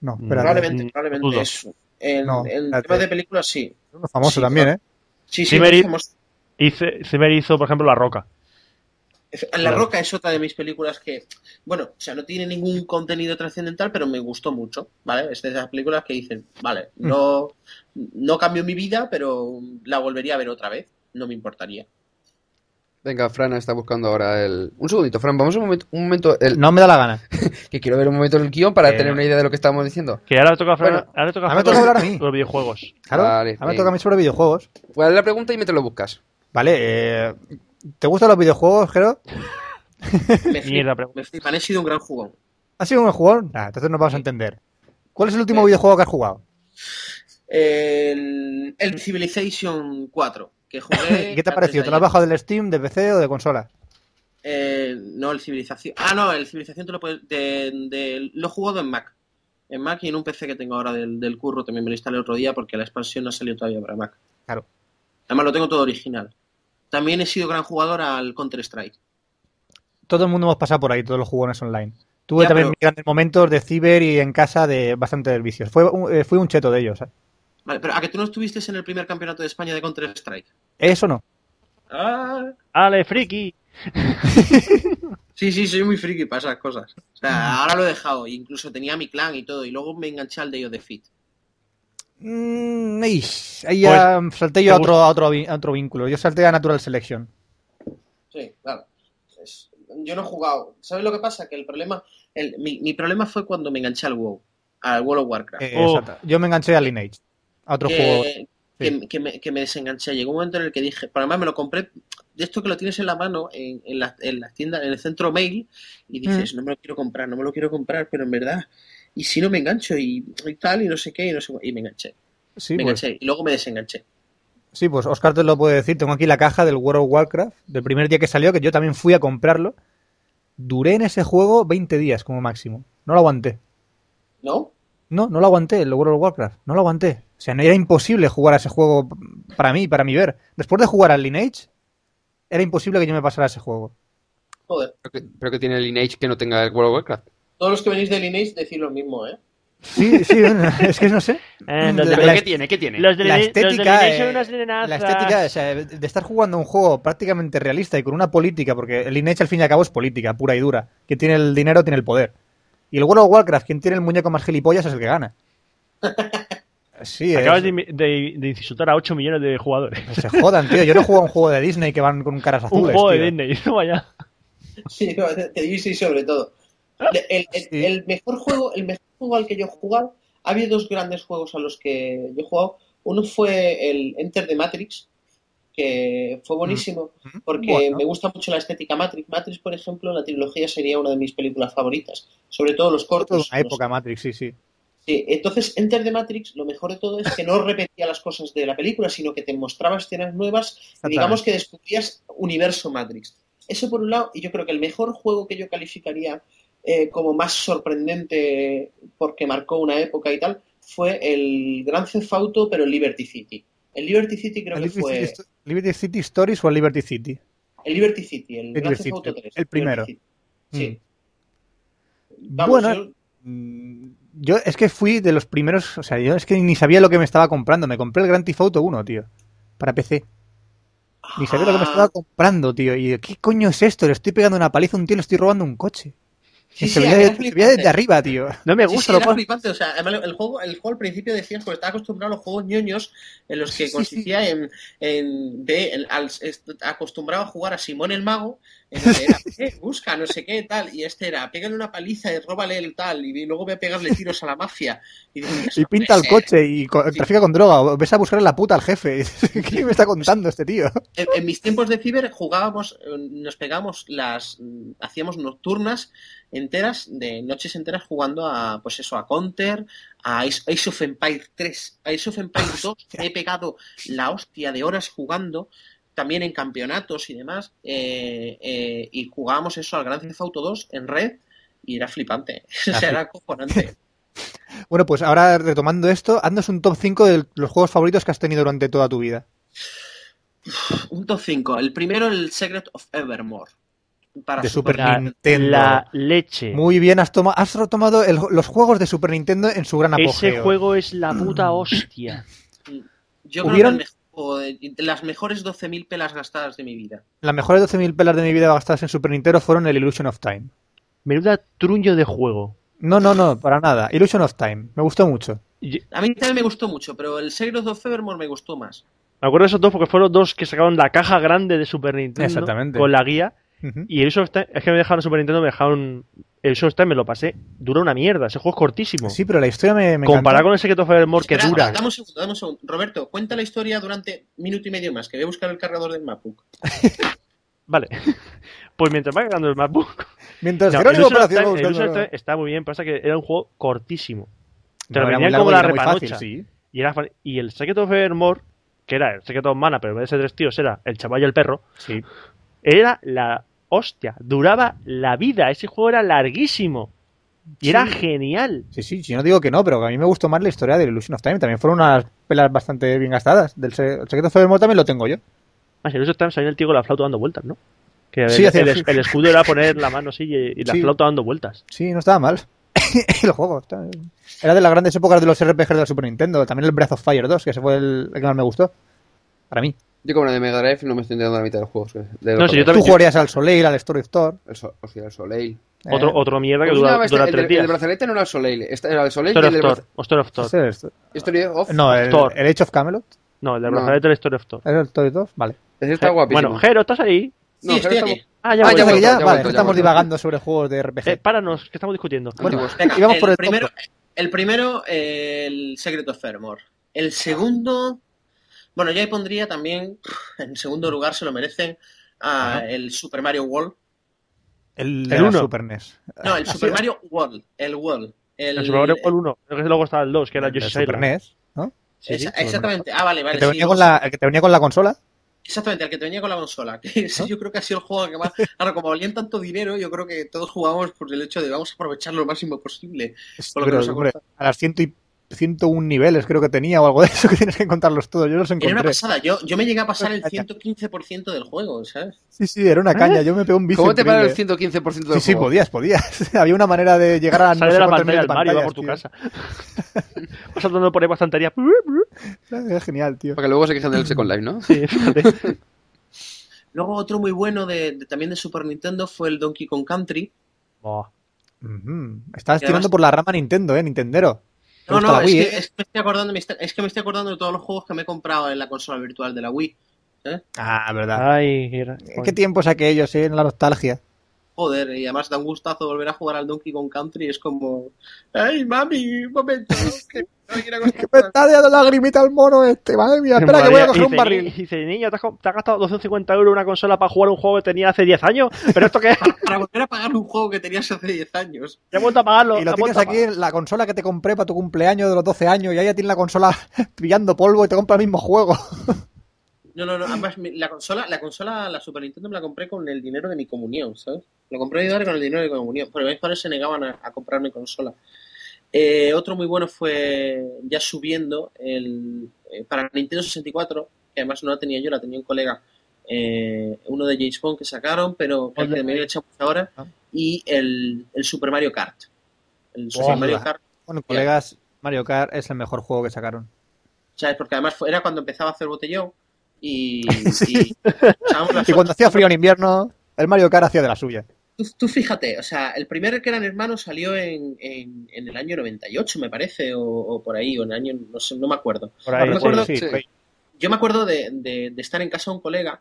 No, espera, Probablemente, Mm, probablemente dudo. eso. En, No, en espérate. temas de películas, sí. famoso Sí, también, ¿eh? Sí, sí, Zimmer y- hemos- Hice- Zimmer hizo, por ejemplo, La Roca. La Claro. Roca es otra de mis películas que, bueno, o sea, no tiene ningún contenido trascendental, pero me gustó mucho, ¿vale? Es de esas películas que dicen, vale, Mm. no, no cambió mi vida, pero la volvería a ver otra vez, no me *laughs* importaría. Venga, Fran está buscando ahora el. Un segundito, Fran, vamos un momento. Un momento el... No me da la gana. Que quiero ver un momento el guión para Eh, tener no. una idea de lo que estamos diciendo. Que ahora le toca a Fran- Bueno, ahora le toca a ahora me Fran toca los- hablar a mí. Los videojuegos. Claro, Vale, ahora me bien. toca a mí sobre videojuegos. Voy a darle la pregunta y mientras lo buscas. Vale, eh, ¿te gustan los videojuegos, Jero? Me, Mierda, flipan, pero- me flipan, he sido un gran jugón. ¿Has sido un buen jugador? Nah, entonces nos vamos a entender. ¿Cuál es el último Eh. videojuego que has jugado? El, Mm. el Civilization 4, *laughs* que jugué... ¿Y qué te ha antes parecido? de ¿Te lo has ayer. bajado del Steam, de PC o de consola? Eh, no, el Civilización. Ah, no, el Civilización te lo puedes. De, de- lo he jugado en Mac. En Mac y en un PC que tengo ahora del, del curro también me lo instalé otro día porque la expansión no ha salido todavía para Mac. Claro. Además lo tengo todo original. También he sido gran jugador al Counter-Strike. Todo el mundo hemos pasado por ahí, todos los jugones online. Tuve Ya, también pero- mis grandes momentos de ciber y en casa de bastantes vicios. Fue un- eh, fui un cheto de ellos. ¿eh? Vale, pero ¿a que tú no estuviste en el primer campeonato de España de Counter-Strike? Eso no. Ah, ¡Ale, friki! sí, sí, soy muy friki para esas cosas. O sea, ahora lo he dejado. Incluso tenía mi clan y todo. Y luego me enganché al Day of the Fit. Mm, ish, ahí ya Pues, salté yo a te otro, a, otro, vi- a otro vínculo. Yo salté a Natural Selection. Sí, claro. Es- yo no he jugado. ¿Sabes lo que pasa? Que el problema, el- mi, mi problema fue cuando me enganché al WoW, al World of Warcraft. Eh, Oh. exacto. Yo me enganché a Lineage, a Eh, otro juego. que, que- que me, que me desenganché. Llegó un momento en el que dije, pero además me lo compré, de esto que lo tienes en la mano, en, en las en las tiendas, en el centro mail, y Mm. dices, no me lo quiero comprar, no me lo quiero comprar, pero en verdad, y si no me engancho, y, y tal, y no sé qué, y no sé cu- y me enganché, Sí, me pues, enganché, y luego me desenganché. Sí, pues Oscar te lo puede decir. Tengo aquí la caja del World of Warcraft, del primer día que salió, que yo también fui a comprarlo. Duré en ese juego 20 días como máximo. No lo aguanté. ¿No? No, no lo aguanté, el World of Warcraft. No lo aguanté. O sea, no era imposible jugar a ese juego para mí, para mi ver. Después de jugar al Lineage, era imposible que yo me pasara ese juego. Joder. Pero que, pero que tiene el Lineage que no tenga el World of Warcraft. Todos los que venís de Lineage decís lo mismo, ¿eh? Sí, sí, *laughs* es que no sé. Eh, los de La- ¿Pero Mm, la- qué tiene? ¿Qué tiene? Los de la Lili- los de estética, Lili son eh, unas nenazas. La estética, o sea, de estar jugando un juego prácticamente realista y con una política, porque el Lineage al fin y al cabo es política, pura y dura. Quien tiene el dinero tiene el poder. Y el World of Warcraft, quien tiene el muñeco más gilipollas es el que *laughs* gana. Sí, es- Acabas de, de- de insultar a 8 millones de jugadores. se jodan, tío. Yo no juego a un juego de Disney que van con caras azules. Un juego tío. de Disney, *laughs* vaya. Sí, no, de de Disney sobre todo. De- El, el- Ah, Sí. el mejor juego, el mejor juego al que yo he jugado, ha habido dos grandes juegos a los que yo he jugado. Uno fue el Enter the Matrix, que fue buenísimo, Ujú. porque Mm. Bueno. me gusta mucho la estética Matrix. Matrix, por ejemplo, la trilogía sería una de mis películas favoritas, sobre todo los Toda cortos. una los- época Matrix, sí, sí. Sí, entonces, Enter the Matrix, lo mejor de todo es que no repetía las cosas de la película, sino que te mostraba escenas nuevas y digamos que descubrías universo Matrix. Eso por un lado, y yo creo que el mejor juego que yo calificaría eh, como más sorprendente porque marcó una época y tal, fue el Gran Theft Auto, pero el Liberty City. El Liberty City creo ¿El que Liberty, fue... City, Sto- Liberty City Stories o el Liberty City? El Liberty City, el Gran Liberty Theft Auto City, 3. el primero. Mm. Liberty City. Sí. Vamos, Bueno, yo- Mm, Yo es que fui de los primeros, o sea, yo es que ni sabía lo que me estaba comprando. Me compré el Grand Theft Auto 1, tío, para PC. Ni sabía lo que me Ah, estaba comprando, tío. Y yo, ¿qué coño es esto? Le estoy pegando una paliza a un tío, y le estoy robando un coche. sí, Y se sí, veía, era de- se veía flipante. desde arriba, tío. No me Sí, gusta, sí, lo era cual- flipante. O sea, además el juego, el juego al principio decías, pues estaba acostumbrado a los juegos ñoños en los que Sí, sí, consistía en, en de- en- al- est- acostumbrado a jugar a Simón el Mago, *laughs* en el que era, "Eh, busca, no sé qué, tal, y este era, pégale una paliza y róbale el tal, y luego ve a pegarle tiros a la mafia. Y, dices, Y "No pinta el puede ser". coche y co- trafica con droga. o Ves a buscar a la puta al jefe. *laughs* Y dices, ¿Qué me está contando este tío? En, en mis tiempos de ciber jugábamos, eh, nos pegábamos las, mm, hacíamos nocturnas enteras, de noches enteras jugando a, pues eso, a Counter, a Ace Ace of Empire 3, a Ace of Empire *laughs* 2, me he pegado la hostia de horas jugando, también en campeonatos y demás, eh, eh, y jugábamos eso al Grand Theft Auto 2 en red, y era flipante, *laughs* o sea, *laughs* era cojonante. Bueno, pues ahora retomando esto, haznos un top 5 de los juegos favoritos que has tenido durante toda tu vida. Un top 5, el primero el Secret of Evermore. Para De Super La- Nintendo. La leche. Muy bien, has, toma- has retomado el- los juegos de Super Nintendo en su gran apogeo. Mm. Ese juego es la puta hostia. Yo ¿Hubieron? creo que el mejor- eh, las mejores 12.000 pelas gastadas de mi vida. Las mejores 12.000 pelas de mi vida gastadas en Super Nintendo fueron el Illusion of Time. Menuda truño de juego. No, no, no, para nada. Illusion of Time. Me gustó mucho. Y- A mí también me gustó mucho, pero el Secret of Evermore me gustó más. Me acuerdo de esos dos porque fueron los dos que sacaron la caja grande de Super Nintendo Exactamente. con la guía. Ujú. Y el Show of Time, es que me dejaron Super Nintendo, me dejaron. El Show of Time me lo pasé. Dura una mierda. Ese juego es cortísimo. Sí, pero la historia me, me Comparado encantó. con el Secret of Evermore que Espera, dura. Dame un segundo, dame un segundo. Roberto, cuenta la historia durante minuto y medio más, que voy a buscar el cargador del MacBook. Vale. *laughs* Pues mientras va ganando el MacBook. Mientras No, Jerónimo Illusion of Palacios va Time- Illusion buscando- of Time está muy bien, pasa que era un juego cortísimo. Te No, lo era muy vendían largo como y la era muy repanocha. fácil, sí. Y, era fa- y el Secret of Evermore, que era el Secret of Mana, pero en vez de ser tres tíos era el chaval y el perro, Sí. era la hostia. Duraba la vida. Ese juego era larguísimo. Y era genial. Sí, sí, yo no digo que no, pero a mí me gustó más la historia del Illusion of Time. También fueron unas pelas bastante bien gastadas. Del se- el Secret of Evermore también lo tengo yo. Más en eso también salía el tío con la flauta dando vueltas, ¿no? Que el, Sí, hacía- el- el escudo era poner la mano así y, y la Sí. flauta dando vueltas. Sí, no estaba mal. *laughs* el juego. está- Era de las grandes épocas de los RPG de la Super Nintendo. También el Breath of Fire 2, que ese fue el, el que más me gustó. Para mí. Yo como en el de Mega Drive no me estoy enterando de la mitad de los juegos. que- de No, los si yo que- también- Tú jugarías al Soleil, al Destructor. El, so o sea, el Soleil. eh, Otro, otro mierda que ¿Cómo se dura, llamaba este? dura el, tres de- el días. del brazalete no era el Soleil. Este era el Soleil Story y el of del Thor. brazalete. o Story of Thor. ese es- Story of... No, el, Thor. el Age of Camelot. No, el del No. brazalete era Story of Thor. ¿Era el Toy 2? Vale. Ese está Je- guapísimo. Eh, Bueno, Jero, ¿estás ahí? No, sí, pero estoy está aquí. Ah, Ah, ya O sea vuelvo. que vuelto, ya, ya vale, vuelto, ya estamos vuelto. divagando sobre juegos de RPG. Eh, páranos, que estamos discutiendo. bueno, Antiguos. Venga, y vamos el, por el primero, top. el primero, eh, el Secret of Evermore. El segundo, bueno, yo ahí pondría también, en segundo lugar se lo merecen, a el Super Mario World. El el la uno. Super E NES. No, el Super Mario World, el World. El, El Super Mario World 1. Creo que luego estaba el 2, que era El de Yoshi's Super Island. NES. ¿no? Sí, Esa- sí, todo el exactamente. Ah, vale, Que vale. te sí. venía con la- que te venía con la consola. Exactamente, el que te venía con la consola. Que ese yo creo que ha sido el juego que más. Ahora, como valían tanto dinero, yo creo que todos jugábamos por el hecho de vamos a aprovechar lo máximo posible. Por lo que Pero, nos ha hombre, a las 100 y 101 niveles creo que tenía o algo de eso *laughs* que tienes que contarlos todos. Yo los Era una encontré. pasada. Yo, yo me llegué a Pues pasar el 115% del juego, ¿sabes? Sí, sí, era una caña. Yo me pegué un bici. ¿Cómo te para el increíble. 115% del Sí, sí, juego? podías, podías. *laughs* Había una manera de llegar a Ah, no Sale sé de la cuántos pantalla miles del Mario y va por tu pantallas, casa. *laughs* Vas andando por ahí por estantería. tío. Era Eh, genial, tío. Para que luego se quejen del Second Life, ¿no? *laughs* Sí, *laughs* fíjate. Luego, otro muy bueno de, de- también de Super Nintendo fue el Donkey Kong Country. Oh, Ujú. Estabas Y además- tirando por la rama Nintendo, ¿eh? Nintendero. Te No, gusta no, la es, Wii, que, ¿eh? es que me estoy acordando, me está- es que me estoy acordando de todos los juegos que me he comprado en la consola virtual de la Wii. Ah, verdad. Ay, era- ¿Qué tiempos aquellos, eh? En la nostalgia. Joder, y además da un gustazo volver a jugar al Donkey Kong Country. Es como. ¡Ay, mami! ¡Un momento! Que me voy a ir *laughs* a Que me acostar". Pues está dando lagrimita el mono este, madre mía. Espera, que voy María, a coger un dice, barril. "Ni- Dice, niño, ¿te has, co- te has gastado 250 euros en una consola para jugar un juego que tenía hace 10 años? ¿Pero esto qué es? *laughs* para, para volver a pagar un juego que tenías hace 10 años. Ya he vuelto a pagarlo. Y lo ya he tienes vuelto a aquí en la consola que te compré para tu cumpleaños de los 12 años y ahí ya tienes la consola *laughs* pillando polvo y te compra el mismo juego. No, no, no. Además, mi- la consola, la consola, la Super Nintendo me la compré con el dinero de mi comunión, ¿sabes? Lo compré de dar con el dinero de mi comunión. Pero mis padres se negaban a, a comprarme consola. Eh, otro muy bueno fue ya subiendo el eh, para Nintendo 64, que además no la tenía yo, la tenía un colega, eh, uno de James Bond que sacaron, pero que me había echado ahora, Ah. y el, el Super Mario Kart. El Super sin Mario duda. Kart Bueno, colegas, Mario Kart es el mejor juego que sacaron. ¿Sabes? Porque además fue- era cuando empezaba a hacer botellón *laughs* y. y echábamos las Y cuando horas. hacía frío en invierno, el Mario Kart hacía de la suya. tú, tú fíjate, o sea, el primer que eran hermanos salió en, en, en el año 98, me parece, o, o por ahí, o en el año. No, sé, no me acuerdo. pagar". Por ahí, sí, No recuerdo- sí. sí. Yo me acuerdo de, de- de estar en casa de un colega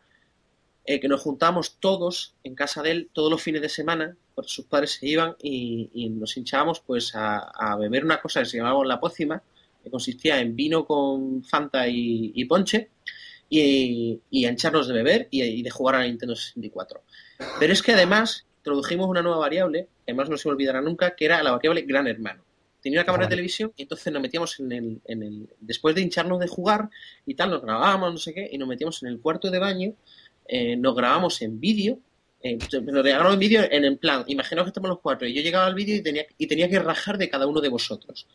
eh, que nos juntábamos todos en casa de él todos los fines de semana, porque sus padres se iban y, y nos hinchábamos pues a, a beber una cosa que se llamaba la pócima, que consistía en vino con Fanta y, y ponche, y, y a hincharnos de beber y, y de jugar a la Nintendo 64. Pero es que además introdujimos una nueva variable, que además no se me olvidará nunca, que era la variable Gran Hermano. Tenía una cámara de televisión y entonces nos metíamos en el, en el... Después de hincharnos de jugar y tal, nos grabábamos, no sé qué, y nos metíamos en el cuarto de baño, eh, nos grabábamos en vídeo, eh, nos regalaron en vídeo en el plan, imaginaos que estamos los cuatro, y yo llegaba al vídeo y tenía, y tenía que rajar de cada uno de vosotros.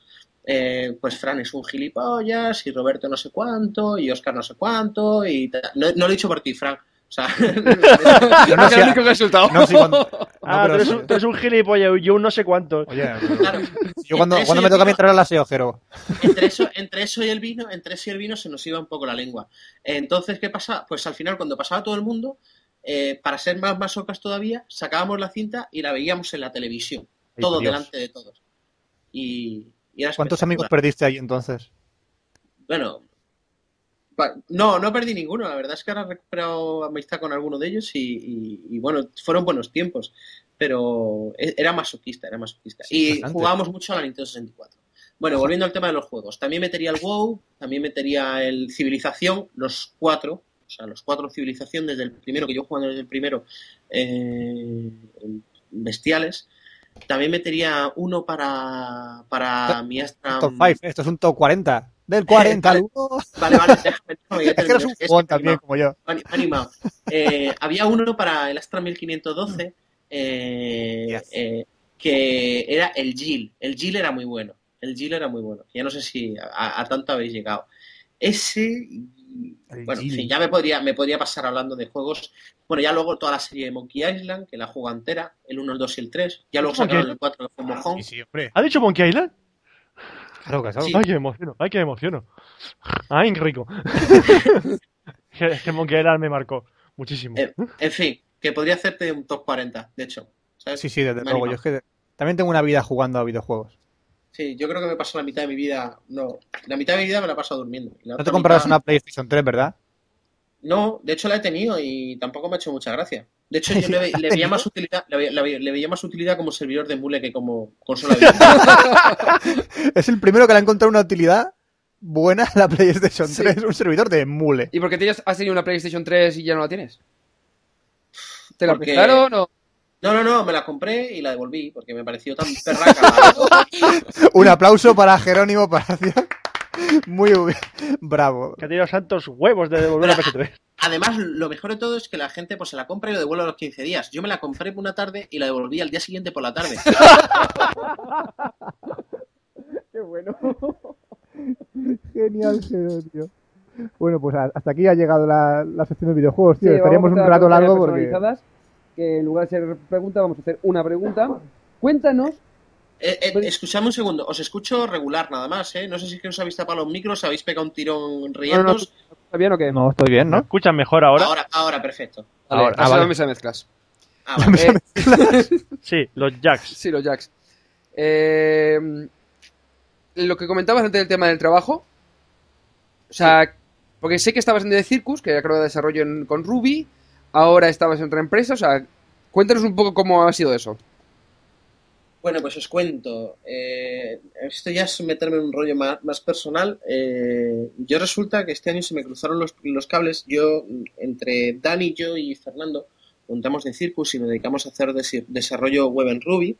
Eh, pues Fran es un gilipollas, y Roberto no sé cuánto, y Oscar no sé cuánto, y tal. No, no lo he dicho por ti, Fran. O sea, *laughs* Yo No, *laughs* no es el sé- único que ha resultado. no sé cuándo- no, Ah, pero tú eres, sí. un, tú eres un gilipollas, yo un no sé cuánto. Oye, *laughs* claro, yo cuando, Eso cuando ya me toca a mí digo- entrar al aseo, Jero. entre eso, entre eso y el vino, entre eso y el vino se nos iba un poco la lengua. Entonces, ¿qué pasa? Pues al final, cuando pasaba todo el mundo, eh, para ser más masocas todavía, sacábamos la cinta y la veíamos en la televisión, Ay, todo Dios. delante de todos. Y, y era ¿Cuántos amigos espectacular. perdiste ahí entonces? Bueno, pa- no, no perdí ninguno. La verdad es que ahora he recuperado amistad con alguno de ellos y, y- y, bueno, fueron buenos tiempos. Pero e- era masoquista, era masoquista. Sí, y bastante. jugábamos mucho a la Nintendo 64. Bueno, volviendo al tema de los juegos. También metería el WoW, también metería el Civilización, los cuatro. O sea, los cuatro Civilización desde el primero, que yo jugando desde el primero, eh, bestiales. También metería uno para, para Ta- mi Astra. Top 5, esto es un top 40. Del 40 *laughs* al 1. Um, Vale, vale, déjame, déjame, *laughs* ya Es que termino, eres un es que jugón me ha también, animado, como yo. me ha animado. Eh, había uno para el Astra 1512 eh, Mm. Yes. eh, que era el Gil. El Gil era muy bueno. El Gil era muy bueno. Ya no sé si a, a tanto habéis llegado. Ese. y- El Bueno, en Gil. fin, ya me podría, me podría pasar hablando de juegos. Bueno, ya luego toda la serie de Monkey Island, que la juego entera, el 1, el 2 y el 3. Ya luego Monkey sacaron Island. el 4, que fue un mojón. Ah, Sí, sí, hombre. ¿Ha dicho Monkey Island? Claro que Sí. sí. Ay, que me emociono, ay, que me emociono. Ay, qué *laughs* rico. es que Monkey Island me marcó muchísimo. Eh, en fin, que podría hacerte un top 40, de hecho. ¿sabes? Sí, sí, desde Me luego. anima. Yo es que también tengo una vida jugando a videojuegos. Sí, yo creo que me paso la mitad de mi vida. No, la mitad de mi vida me la paso durmiendo. Y la No te otra comprarás mitad- una PlayStation 3, ¿verdad? *laughs* No, de hecho la he tenido y tampoco me ha hecho mucha gracia. De hecho, yo *laughs* le, ve- le veía, más utilidad, le, ve- la ve- le veía más utilidad como servidor de mule que como consola *laughs* de videojuegos. Es el primero que le ha encontrado una utilidad buena a la PlayStation 3, un servidor de emule. ¿Y por qué tienes, has tenido una PlayStation 3 y ya no la tienes? ¿Te la Porque- prestaron o...? No, no, no, me la compré y la devolví *laughs* porque me pareció tan perraca. Un aplauso para Jerónimo Palacio, *laughs* Muy bien. Bravo. Que ha tenido santos huevos de devolver la PS3. Además, lo mejor de todo es que la gente pues se la compra y lo devuelve a los 15 días. Yo me la compré por una tarde y la devolví al día siguiente por *laughs* la tarde. Qué bueno. Genial, Jero, tío. Bueno, pues a- hasta aquí ha llegado la, la sección de videojuegos, tío. Sí, Estaríamos vamos un a hacer rato las largo preguntas porque. personalizadas, Que en lugar de hacer preguntas, vamos a hacer una pregunta. Cuéntanos. Eh, eh, Pues- escuchadme un segundo, os escucho regular nada más, ¿eh? No sé si es que os habéis tapado los micros, habéis pegado un tirón No, no, riendos. ¿Está bien o qué? No, estoy bien, ¿Me *laughs* ¿no? escuchan mejor ahora? Ahora, ahora, perfecto. Vale, Ahora, ah, pasa vale. la mesa de mezclas. Ah, vale. Eh, Sí, los jacks. sí, los jacks. Eh, lo que comentabas antes del tema del trabajo. O sea, porque sé que estabas en The Circus, que acabo de desarrollo en- con Ruby. Ahora estabas en otra empresa. O sea, cuéntanos un poco cómo ha sido eso. Bueno, pues os cuento. Eh, esto ya es meterme en un rollo ma- más, personal. Eh, yo resulta que este año se me cruzaron los, los cables. Yo, mm, entre Dani, yo y Fernando, montamos de Circus y nos dedicamos a hacer desi- desarrollo web en Ruby.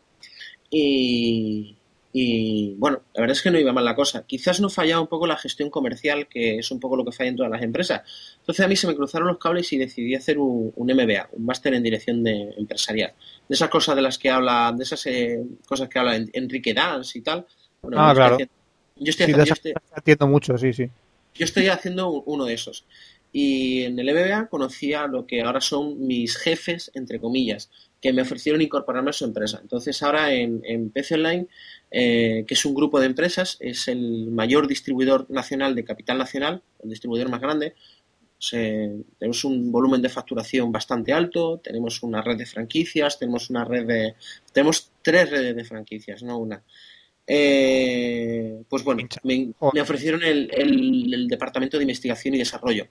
Y, y, bueno, la verdad es que no iba mal la cosa. Quizás no fallaba un poco la gestión comercial, que es un poco lo que falla en todas las empresas. Entonces a mí se me cruzaron los cables y decidí hacer un, un MBA, un máster en dirección de empresarial de esas cosas de las que habla, de esas eh, cosas que habla En- Enrique Dans y tal. Bueno, Ah, yo estoy claro. haciendo- yo, estoy, Sí, haci- de yo, esas- estoy, Entiendo mucho, sí, sí. yo estoy haciendo un- uno de esos. Y en el MBA conocí a lo que ahora son mis jefes, entre comillas, que me ofrecieron incorporarme a su empresa. Entonces ahora en, en PC Online, eh, que es un grupo de empresas, es el mayor distribuidor nacional de capital nacional, el distribuidor más grande. Se- tenemos un volumen de facturación bastante alto, tenemos una red de franquicias, tenemos una red de... Tenemos tres redes de franquicias, no una. Eh, pues bueno, Pincha. Oh. me, Joder. me ofrecieron el- el- el departamento de investigación y desarrollo.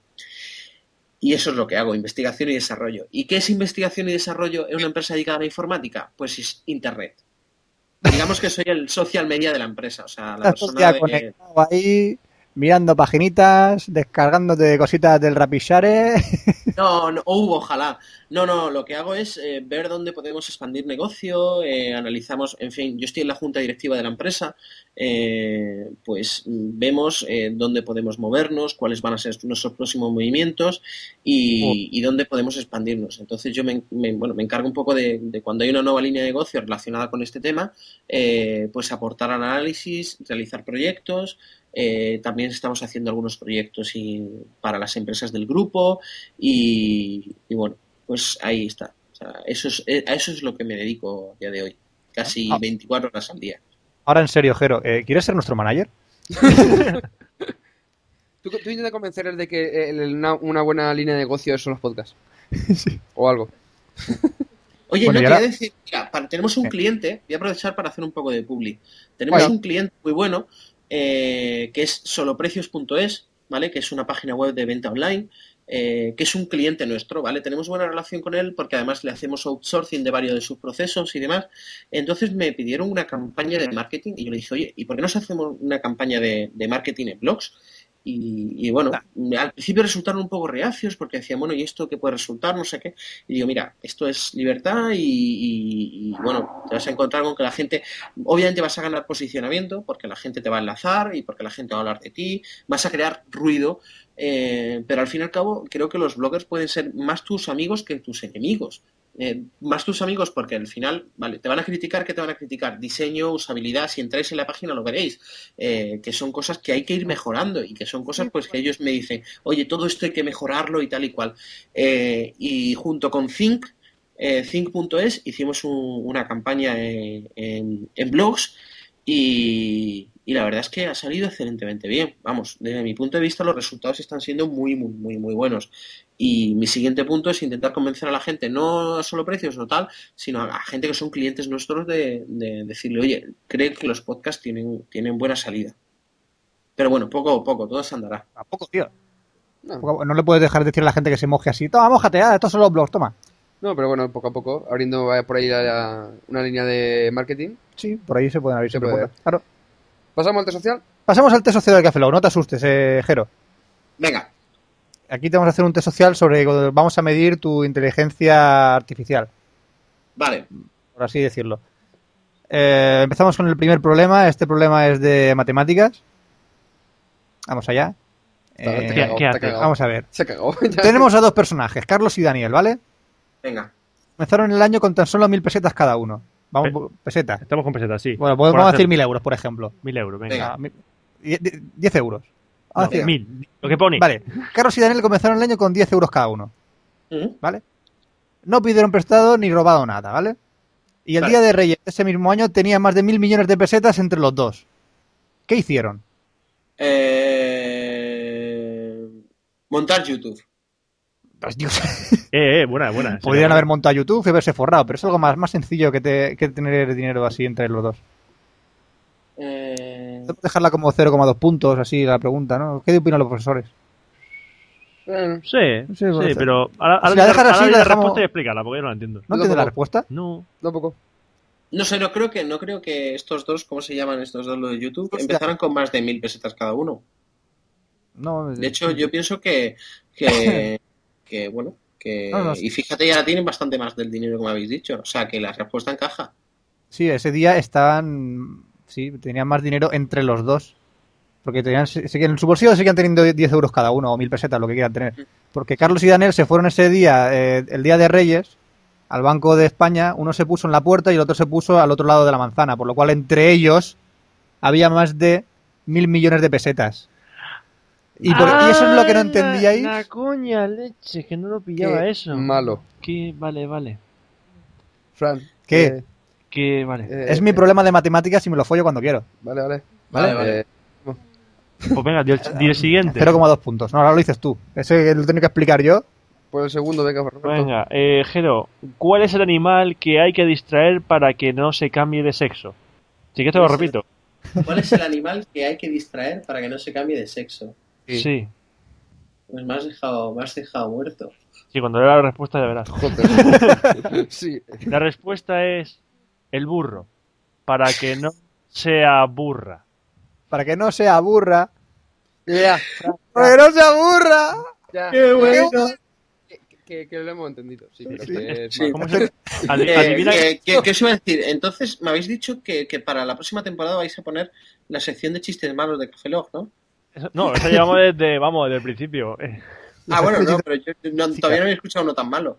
Y eso es lo que hago, investigación y desarrollo. ¿Y qué es investigación y desarrollo en una empresa dedicada a la informática? Pues es Internet. Digamos que soy el social media de la empresa, o sea, *laughs* la Estás todo el persona día de... conectado ahí, mirando paginitas, descargándote cositas del Rapishare. No, no, hubo, ojalá. No, no, lo que hago es eh, ver dónde podemos expandir negocio, eh, analizamos, en fin, yo estoy en la junta directiva de la empresa, eh, pues mm, vemos eh, dónde podemos movernos, cuáles van a ser nuestros próximos movimientos y, y dónde podemos expandirnos. Entonces yo me, me- bueno, me encargo un poco de, de cuando hay una nueva línea de negocio relacionada con este tema, eh, pues aportar al análisis, realizar proyectos. eh, también estamos haciendo algunos proyectos y- para las empresas del grupo, y, y bueno, pues ahí está. O sea, eso es, eh, a eso es lo que me dedico a día de hoy. Casi Ah. 24 horas al día. *laughs* Ahora en serio, Jero, eh, ¿quieres ser nuestro manager? ¿Tú, tú intentas convencerles de que eh, el- el- una, una buena línea de negocio son los *laughs* podcasts? O algo. Oye, Bueno, y no te ahora- Eh. voy a decir, mira, para- tenemos un Sí. cliente, voy a aprovechar para hacer un poco de publi. Tenemos Bueno. un cliente muy bueno, eh, que es soloprecios.es, ¿vale? Que es una página web de venta online, eh, que es un cliente nuestro, ¿vale? Tenemos buena relación con él porque además le hacemos outsourcing de varios de sus procesos y demás. Entonces me pidieron una campaña de marketing y yo le dije, oye, ¿y por qué no hacemos una campaña de, de marketing en blogs? Y, y bueno, al principio resultaron un poco reacios porque decían, bueno, ¿y esto qué puede resultar? No sé qué. Y digo, mira, esto es libertad y, y- y, bueno, te vas a encontrar con que la gente, obviamente vas a ganar posicionamiento porque la gente te va a enlazar y porque la gente va a hablar de ti, vas a crear ruido, eh, pero al fin y al cabo creo que los bloggers pueden ser más tus amigos que tus enemigos. Eh, más tus amigos porque al final, vale, te van a criticar, ¿qué te van a criticar? Diseño, usabilidad, si entráis en la página lo veréis, eh, que son cosas que hay que ir mejorando y que son cosas pues que ellos me dicen, oye, todo esto hay que mejorarlo y tal y cual. Eh, y junto con Think, eh, Think.es, hicimos un- una campaña en, en- en blogs y, y la verdad es que ha salido excelentemente bien. Vamos, desde mi punto de vista los resultados están siendo muy, muy, muy, muy buenos. Y mi siguiente punto es intentar convencer a la gente, no a solo precios o tal, sino a la gente que son clientes nuestros de, de decirle, oye, cree que los podcasts tienen, tienen buena salida. Pero bueno, poco a poco, todo se andará. Tampoco, tío. No. Tampoco- No le puedes dejar de decir a la gente que se moje así. Toma, mojate, ah, estos son los blogs, toma. No, pero bueno, poco a poco, abriendo eh, por ahí la- la- una línea de marketing. Sí, por ahí se pueden abrir Se siempre puede. puertas. Claro. ¿Pasamos al test social? Pasamos al test social del Café Lock, no te asustes, eh, Jero. Venga, Aquí te vamos a hacer un test social sobre. Vamos a medir tu inteligencia artificial, vale. por así decirlo. Eh, empezamos con el primer problema. Este problema es de matemáticas. Vamos allá. Vale, Eh, te cago, ¿qué hace? te cago. vamos a ver. Se *laughs* cagó. Tenemos a dos personajes, Carlos y Daniel, ¿vale? Venga. Comenzaron el año con tan solo mil pesetas cada uno. Vamos, Pe- por- pesetas. Estamos con pesetas, sí. Bueno, podemos Por decir hacer- mil euros, por ejemplo. mil euros, venga. Venga. Ah, mi- die- die- Diez euros. No, Ah, sí. mil. Lo que pone. Vale, Carlos y Daniel comenzaron el año con 10 euros cada uno, Ujú. ¿vale? No pidieron prestado ni robado nada, ¿vale? Y el Vale. día de Reyes de ese mismo año tenían más de mil millones de pesetas entre los dos. ¿Qué hicieron? Eh, Montar YouTube. Pues, Dios, Eh, eh, buena, buena. podrían Sí, haber montado YouTube y haberse forrado, pero es algo más, más sencillo que, te- que tener dinero así entre los dos. Eh, Podemos dejarla como 0,2 puntos, así la pregunta, ¿no? ¿Qué opinan los profesores? Sí, Sí, sí, bueno, sí. pero ahora, ahora Si la di- dejas así, ahora di la la dejamos- respuesta y explícala, porque yo no la entiendo. ¿No Yo entiendes la tampoco. respuesta? No. Tampoco. no sé, no creo que no creo que estos dos, ¿cómo se llaman estos dos los de YouTube? Empezaron con más de mil pesetas cada uno. No, De hecho, yo pienso que, *laughs* que, que, bueno, que... No, no, sí. y fíjate, ya tienen bastante más del dinero que me habéis dicho. O sea, que la respuesta encaja. Sí, ese día estaban. Sí, tenían más dinero entre los dos. Porque tenían, se- se- en su bolsillo seguían teniendo 10 euros cada uno o mil pesetas, lo que quieran tener. Porque Carlos y Daniel se fueron ese día, eh, el día de Reyes, al Banco de España. Uno se puso en la puerta y el otro se puso al otro lado de la manzana. Por lo cual, entre ellos, había más de mil millones de pesetas. Y, por- y eso es lo que no entendíais. Ah, La coña, leche, que no lo pillaba Qué Eh, eso. malo. Que, vale, vale. Fran. ¿Qué? eh, Que, vale. eh, Es mi eh, problema de matemáticas y me lo follo cuando quiero. Vale, vale. Vale, vale. Eh, Pues venga, di el, di *laughs* el siguiente. 0,2 puntos. No, ahora lo dices tú. Ese lo tengo que explicar yo. pues por el segundo, venga, Roberto. Venga, eh, Jero, ¿cuál es el animal que hay que distraer para que no se cambie de sexo? Si que te lo Sí. repito. ¿Cuál es el animal que hay que distraer para que no se cambie de sexo? Sí. Sí. sí. Pues me has dejado, me has dejado muerto. cuando dé la respuesta ya verás. Joder. sí. La respuesta es el burro. Para que no sea burra. Para que no se aburra. Ya, ¡Para que no se aburra! ya. ¡Qué bueno! Que, que- que lo hemos entendido. Sí, pero Sí. este que es Sí. malo. ¿Cómo *laughs* se... adi- Eh, adivina- eh, ¿qué, qué os iba a decir? Entonces, me habéis dicho que, que para la próxima temporada vais a poner la sección de chistes malos de Café Log, ¿no? No, eso llevamos desde, vamos, desde el principio. Eh, Ah, bueno, no, pero yo no- todavía no he escuchado uno tan malo.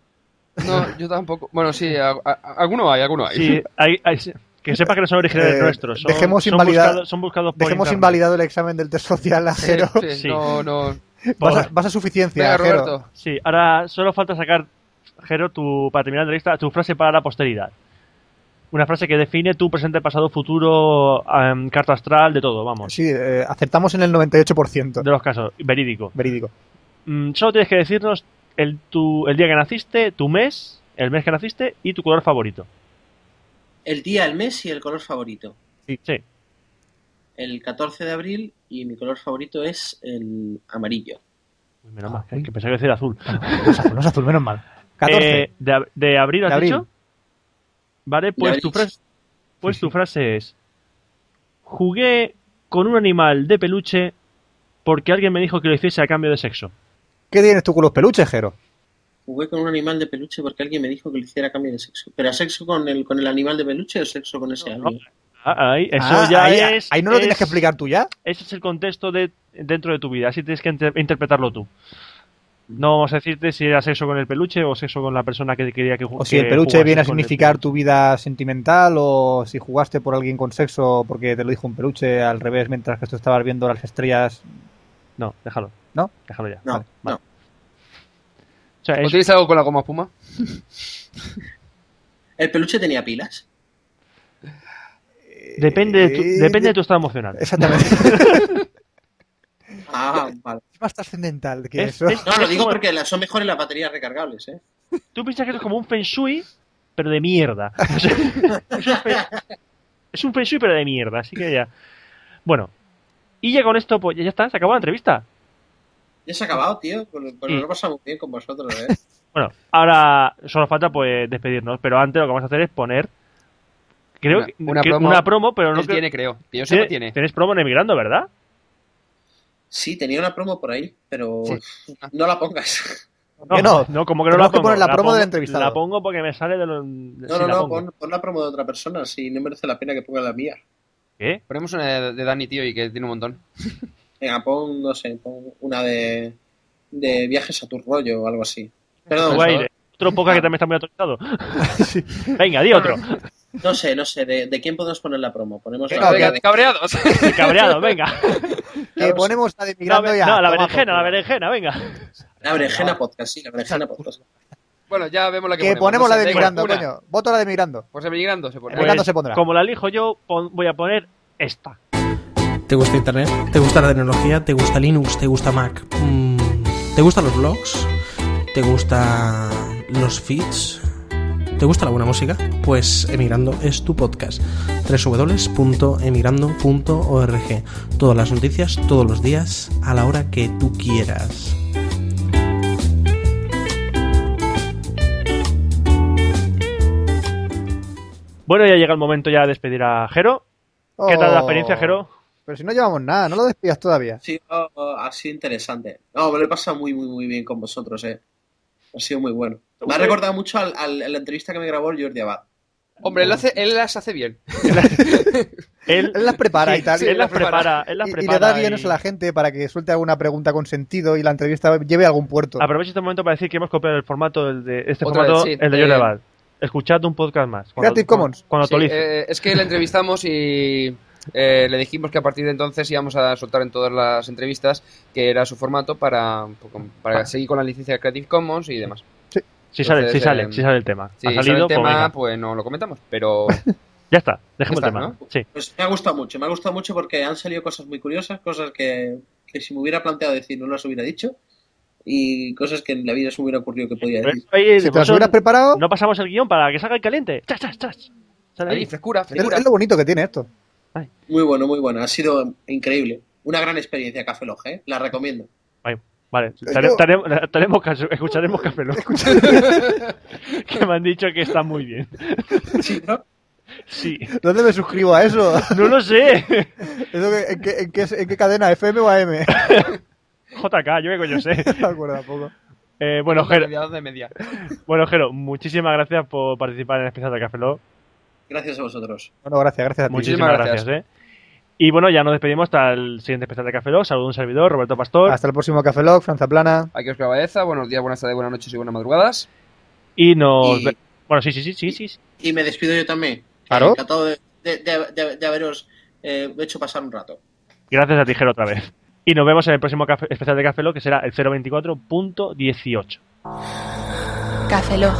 No, yo tampoco. Bueno, sí, a- a- alguno hay, alguno hay. Sí, hay- hay- que sepas que no son originales Eh, nuestros. Son, dejemos son invalidar- buscados- son buscados por Dejemos internet. invalidado el examen del test social, *laughs* ajero. Sí, sí, *laughs* Sí. No, no. Vas, a, Por- vas a suficiencia, Venga, ajero. Roberto. Sí, ahora solo falta sacar, Jero, tu, para terminar la lista, tu frase para la posteridad. Una frase que define tu presente, pasado, futuro, em, carta astral, de todo, vamos. Sí, eh, acertamos en el 98%. De los casos, verídico. Verídico. Mm, solo tienes que decirnos el, tu, el día que naciste, tu mes, el mes que naciste y tu color favorito. El día, el mes y el color favorito. Sí, El 14 de abril y mi color favorito es el amarillo. Uy, Pues menos Ah, mal, que, que pensaba que decir azul. No es azul, no es azul, menos mal. 14. Eh, de, ab- de abril, ¿has De abril. dicho? Vale, pues tu, abril. frase, pues tu frase es: Jugué con un animal de peluche porque alguien me dijo que lo hiciese a cambio de sexo. ¿Qué tienes tú con los peluches, Jero? Jugué con un animal de peluche porque alguien me dijo que lo hiciera a cambio de sexo. ¿Pero a sexo con el, con el animal de peluche o sexo con ese No, alguien? Ah, ahí, eso Ah, ya ahí, es. ahí no lo tienes es- que explicar tú ya. Ese es el contexto de, dentro de tu vida, así tienes que inter- interpretarlo tú. No vamos a decirte si era sexo con el peluche o sexo con la persona que quería que ju- O si que el peluche jugase viene a con el significar peluche. tu vida sentimental o si jugaste por alguien con sexo porque te lo dijo un peluche al revés mientras que tú estabas viendo las estrellas. No, déjalo. ¿No? Déjalo ya. No, Vale. no. O sea, ¿O es- Pues tenéis algo con la goma puma? ¿El peluche tenía pilas? depende, de tu, Eh, depende de tu estado emocional. Exactamente. Ah, vale. es más trascendental que Es- eso. es- No, es lo digo como- porque las- son mejores las baterías recargables, ¿eh? Tú piensas que esto es como un feng shui, pero de mierda. *laughs* O sea, es, un fe- es un feng shui, pero de mierda. Así que ya. Bueno. Y ya con esto, pues ya está, se acabó la entrevista. Ya se ha acabado, tío. Pues pues Sí. nos lo pasamos bien con vosotros, ¿eh? Bueno, ahora solo falta pues despedirnos, pero antes lo que vamos a hacer es poner. Creo Una- que una que- promo. una promo, pero Él no creo- tiene, creo. Que yo tiene- sepa, tiene. Tienes promo en emigrando, ¿verdad? Sí, tenía una promo por ahí, pero Sí. no la pongas. Que no. como que no la Tenemos que pongo. poner la promo pongo- del entrevistado. La pongo porque me sale de los. No, no, no, pon, pon la promo de otra persona, si no merece la pena que ponga la mía. ¿Qué? Ponemos una de, de Dani, tío, y que tiene un montón. Venga, pon, no sé, pon una de, de viajes a tu rollo o algo así. Perdón, Guaire. Otro poca que también está muy *laughs* actualizado. Venga, di otro. no sé, no sé, ¿de, de quién podemos poner la promo? Ponemos Venga, la... venga. Venga, de cabreados. *laughs* El cabreado, venga. Que ponemos a de No, migrando ve- ya. no, la berenjena, toma la por culo. berenjena, venga. la Berenjena Podcast, sí, la Berenjena Podcast. bueno, ya vemos la que, Que ponemos la no sé, de venga, migrando, una. coño. Voto a la de migrando. Pues emigrando se pone. Pues- Fernando se pondrá. Como la elijo yo, pon- voy a poner esta. ¿Te gusta Internet? ¿Te gusta la tecnología? ¿Te gusta Linux? ¿Te gusta Mac? Mm, ¿Te gustan los blogs? ¿Te gusta los feeds? ¿Te gusta la buena música? Pues Emigrando es tu podcast. www.emigrando.org. Todas las noticias, todos los días, a la hora que tú quieras. Bueno, ya llega el momento ya de despedir a Jero. ¿Qué tal la experiencia, Oh. Jero? Pero si no llevamos nada, no lo despidas todavía. Sí, oh, oh, ha sido interesante. No, me lo he pasado muy, muy, muy bien con vosotros, eh. Ha sido muy bueno. Me ha recordado mucho al, al- a la entrevista que me grabó el Jordi Abad. Hombre, él, hace- él las hace bien. Él, Él las prepara y tal. él las prepara, él las Y- y, prepara. le da guiones y- a la gente para que suelte alguna pregunta con sentido y la entrevista lleve a algún puerto. Aprovecho este momento para decir que hemos copiado el formato del de este Otra vez, formato, sí, el de eh, Jordi Abad. Escuchad un podcast más. Creative Commons. Cuando Sí, actualice. eh, es que la entrevistamos y eh, le dijimos que a partir de entonces íbamos a soltar en todas las entrevistas que era su formato para, para seguir con la licencia Creative Commons y demás. si sale, si entonces, sale, eh, si sale el tema. Si ha sale salido, el pues tema, venga. pues, no lo comentamos, *laughs* pero Ya está, dejemos Ya el está, Eh, tema. Sí. Pues me ha gustado mucho, me ha gustado mucho porque han salido cosas muy curiosas, cosas que, que si me hubiera planteado decir no las hubiera dicho y cosas que en la vida se me hubiera ocurrido que podía Pero decir. Pues ahí, de si te las paso, hubieras preparado, no pasamos el guión para que salga el caliente. Chas, chas, chas. Sale ahí. ahí, frescura, es, frescura. es lo bonito que tiene esto. Muy bueno, muy bueno, ha sido increíble. Una gran experiencia Café Log, ¿eh? la recomiendo. Vale, tare- tare- *laughs* taremos caso- escucharemos Café Lock. que me han dicho que está muy bien. Sí, ¿no? Sí. ¿Dónde me suscribo a eso? *laughs* No lo sé. ¿Eso que- en, qué, en qué- en qué cadena? ¿FM o AM? JK, yo qué coño sé. *laughs* No me acuerdo tampoco. Eh, bueno, De Jero, media, de media. bueno, Jero, muchísimas gracias por participar en el especial de Café Lock. Gracias a vosotros. Bueno, gracias, gracias a ti. Muchísimas Muchísimas gracias. ¿eh? Y bueno, ya nos despedimos hasta el siguiente especial de Café Lock. Saludo a un servidor, Roberto Pastor. Hasta el próximo Café Lock, Franza Plana. Aquí os cabeza, buenos días, buenas tardes, buenas noches y buenas madrugadas. Y nos... Y- ve- Bueno, sí, sí, sí, sí, sí. sí. Y me despido yo también. Claro. Encantado de, de- de- de- de haberos eh, hecho pasar un rato. Gracias a Tijero otra vez. Y nos vemos en el próximo café- especial de Café Lock, que será el 024.18. Café Lock.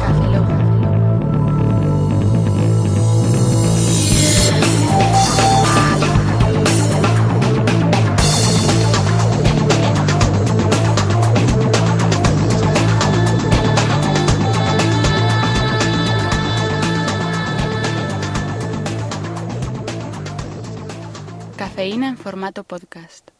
Cafeína en formato podcast.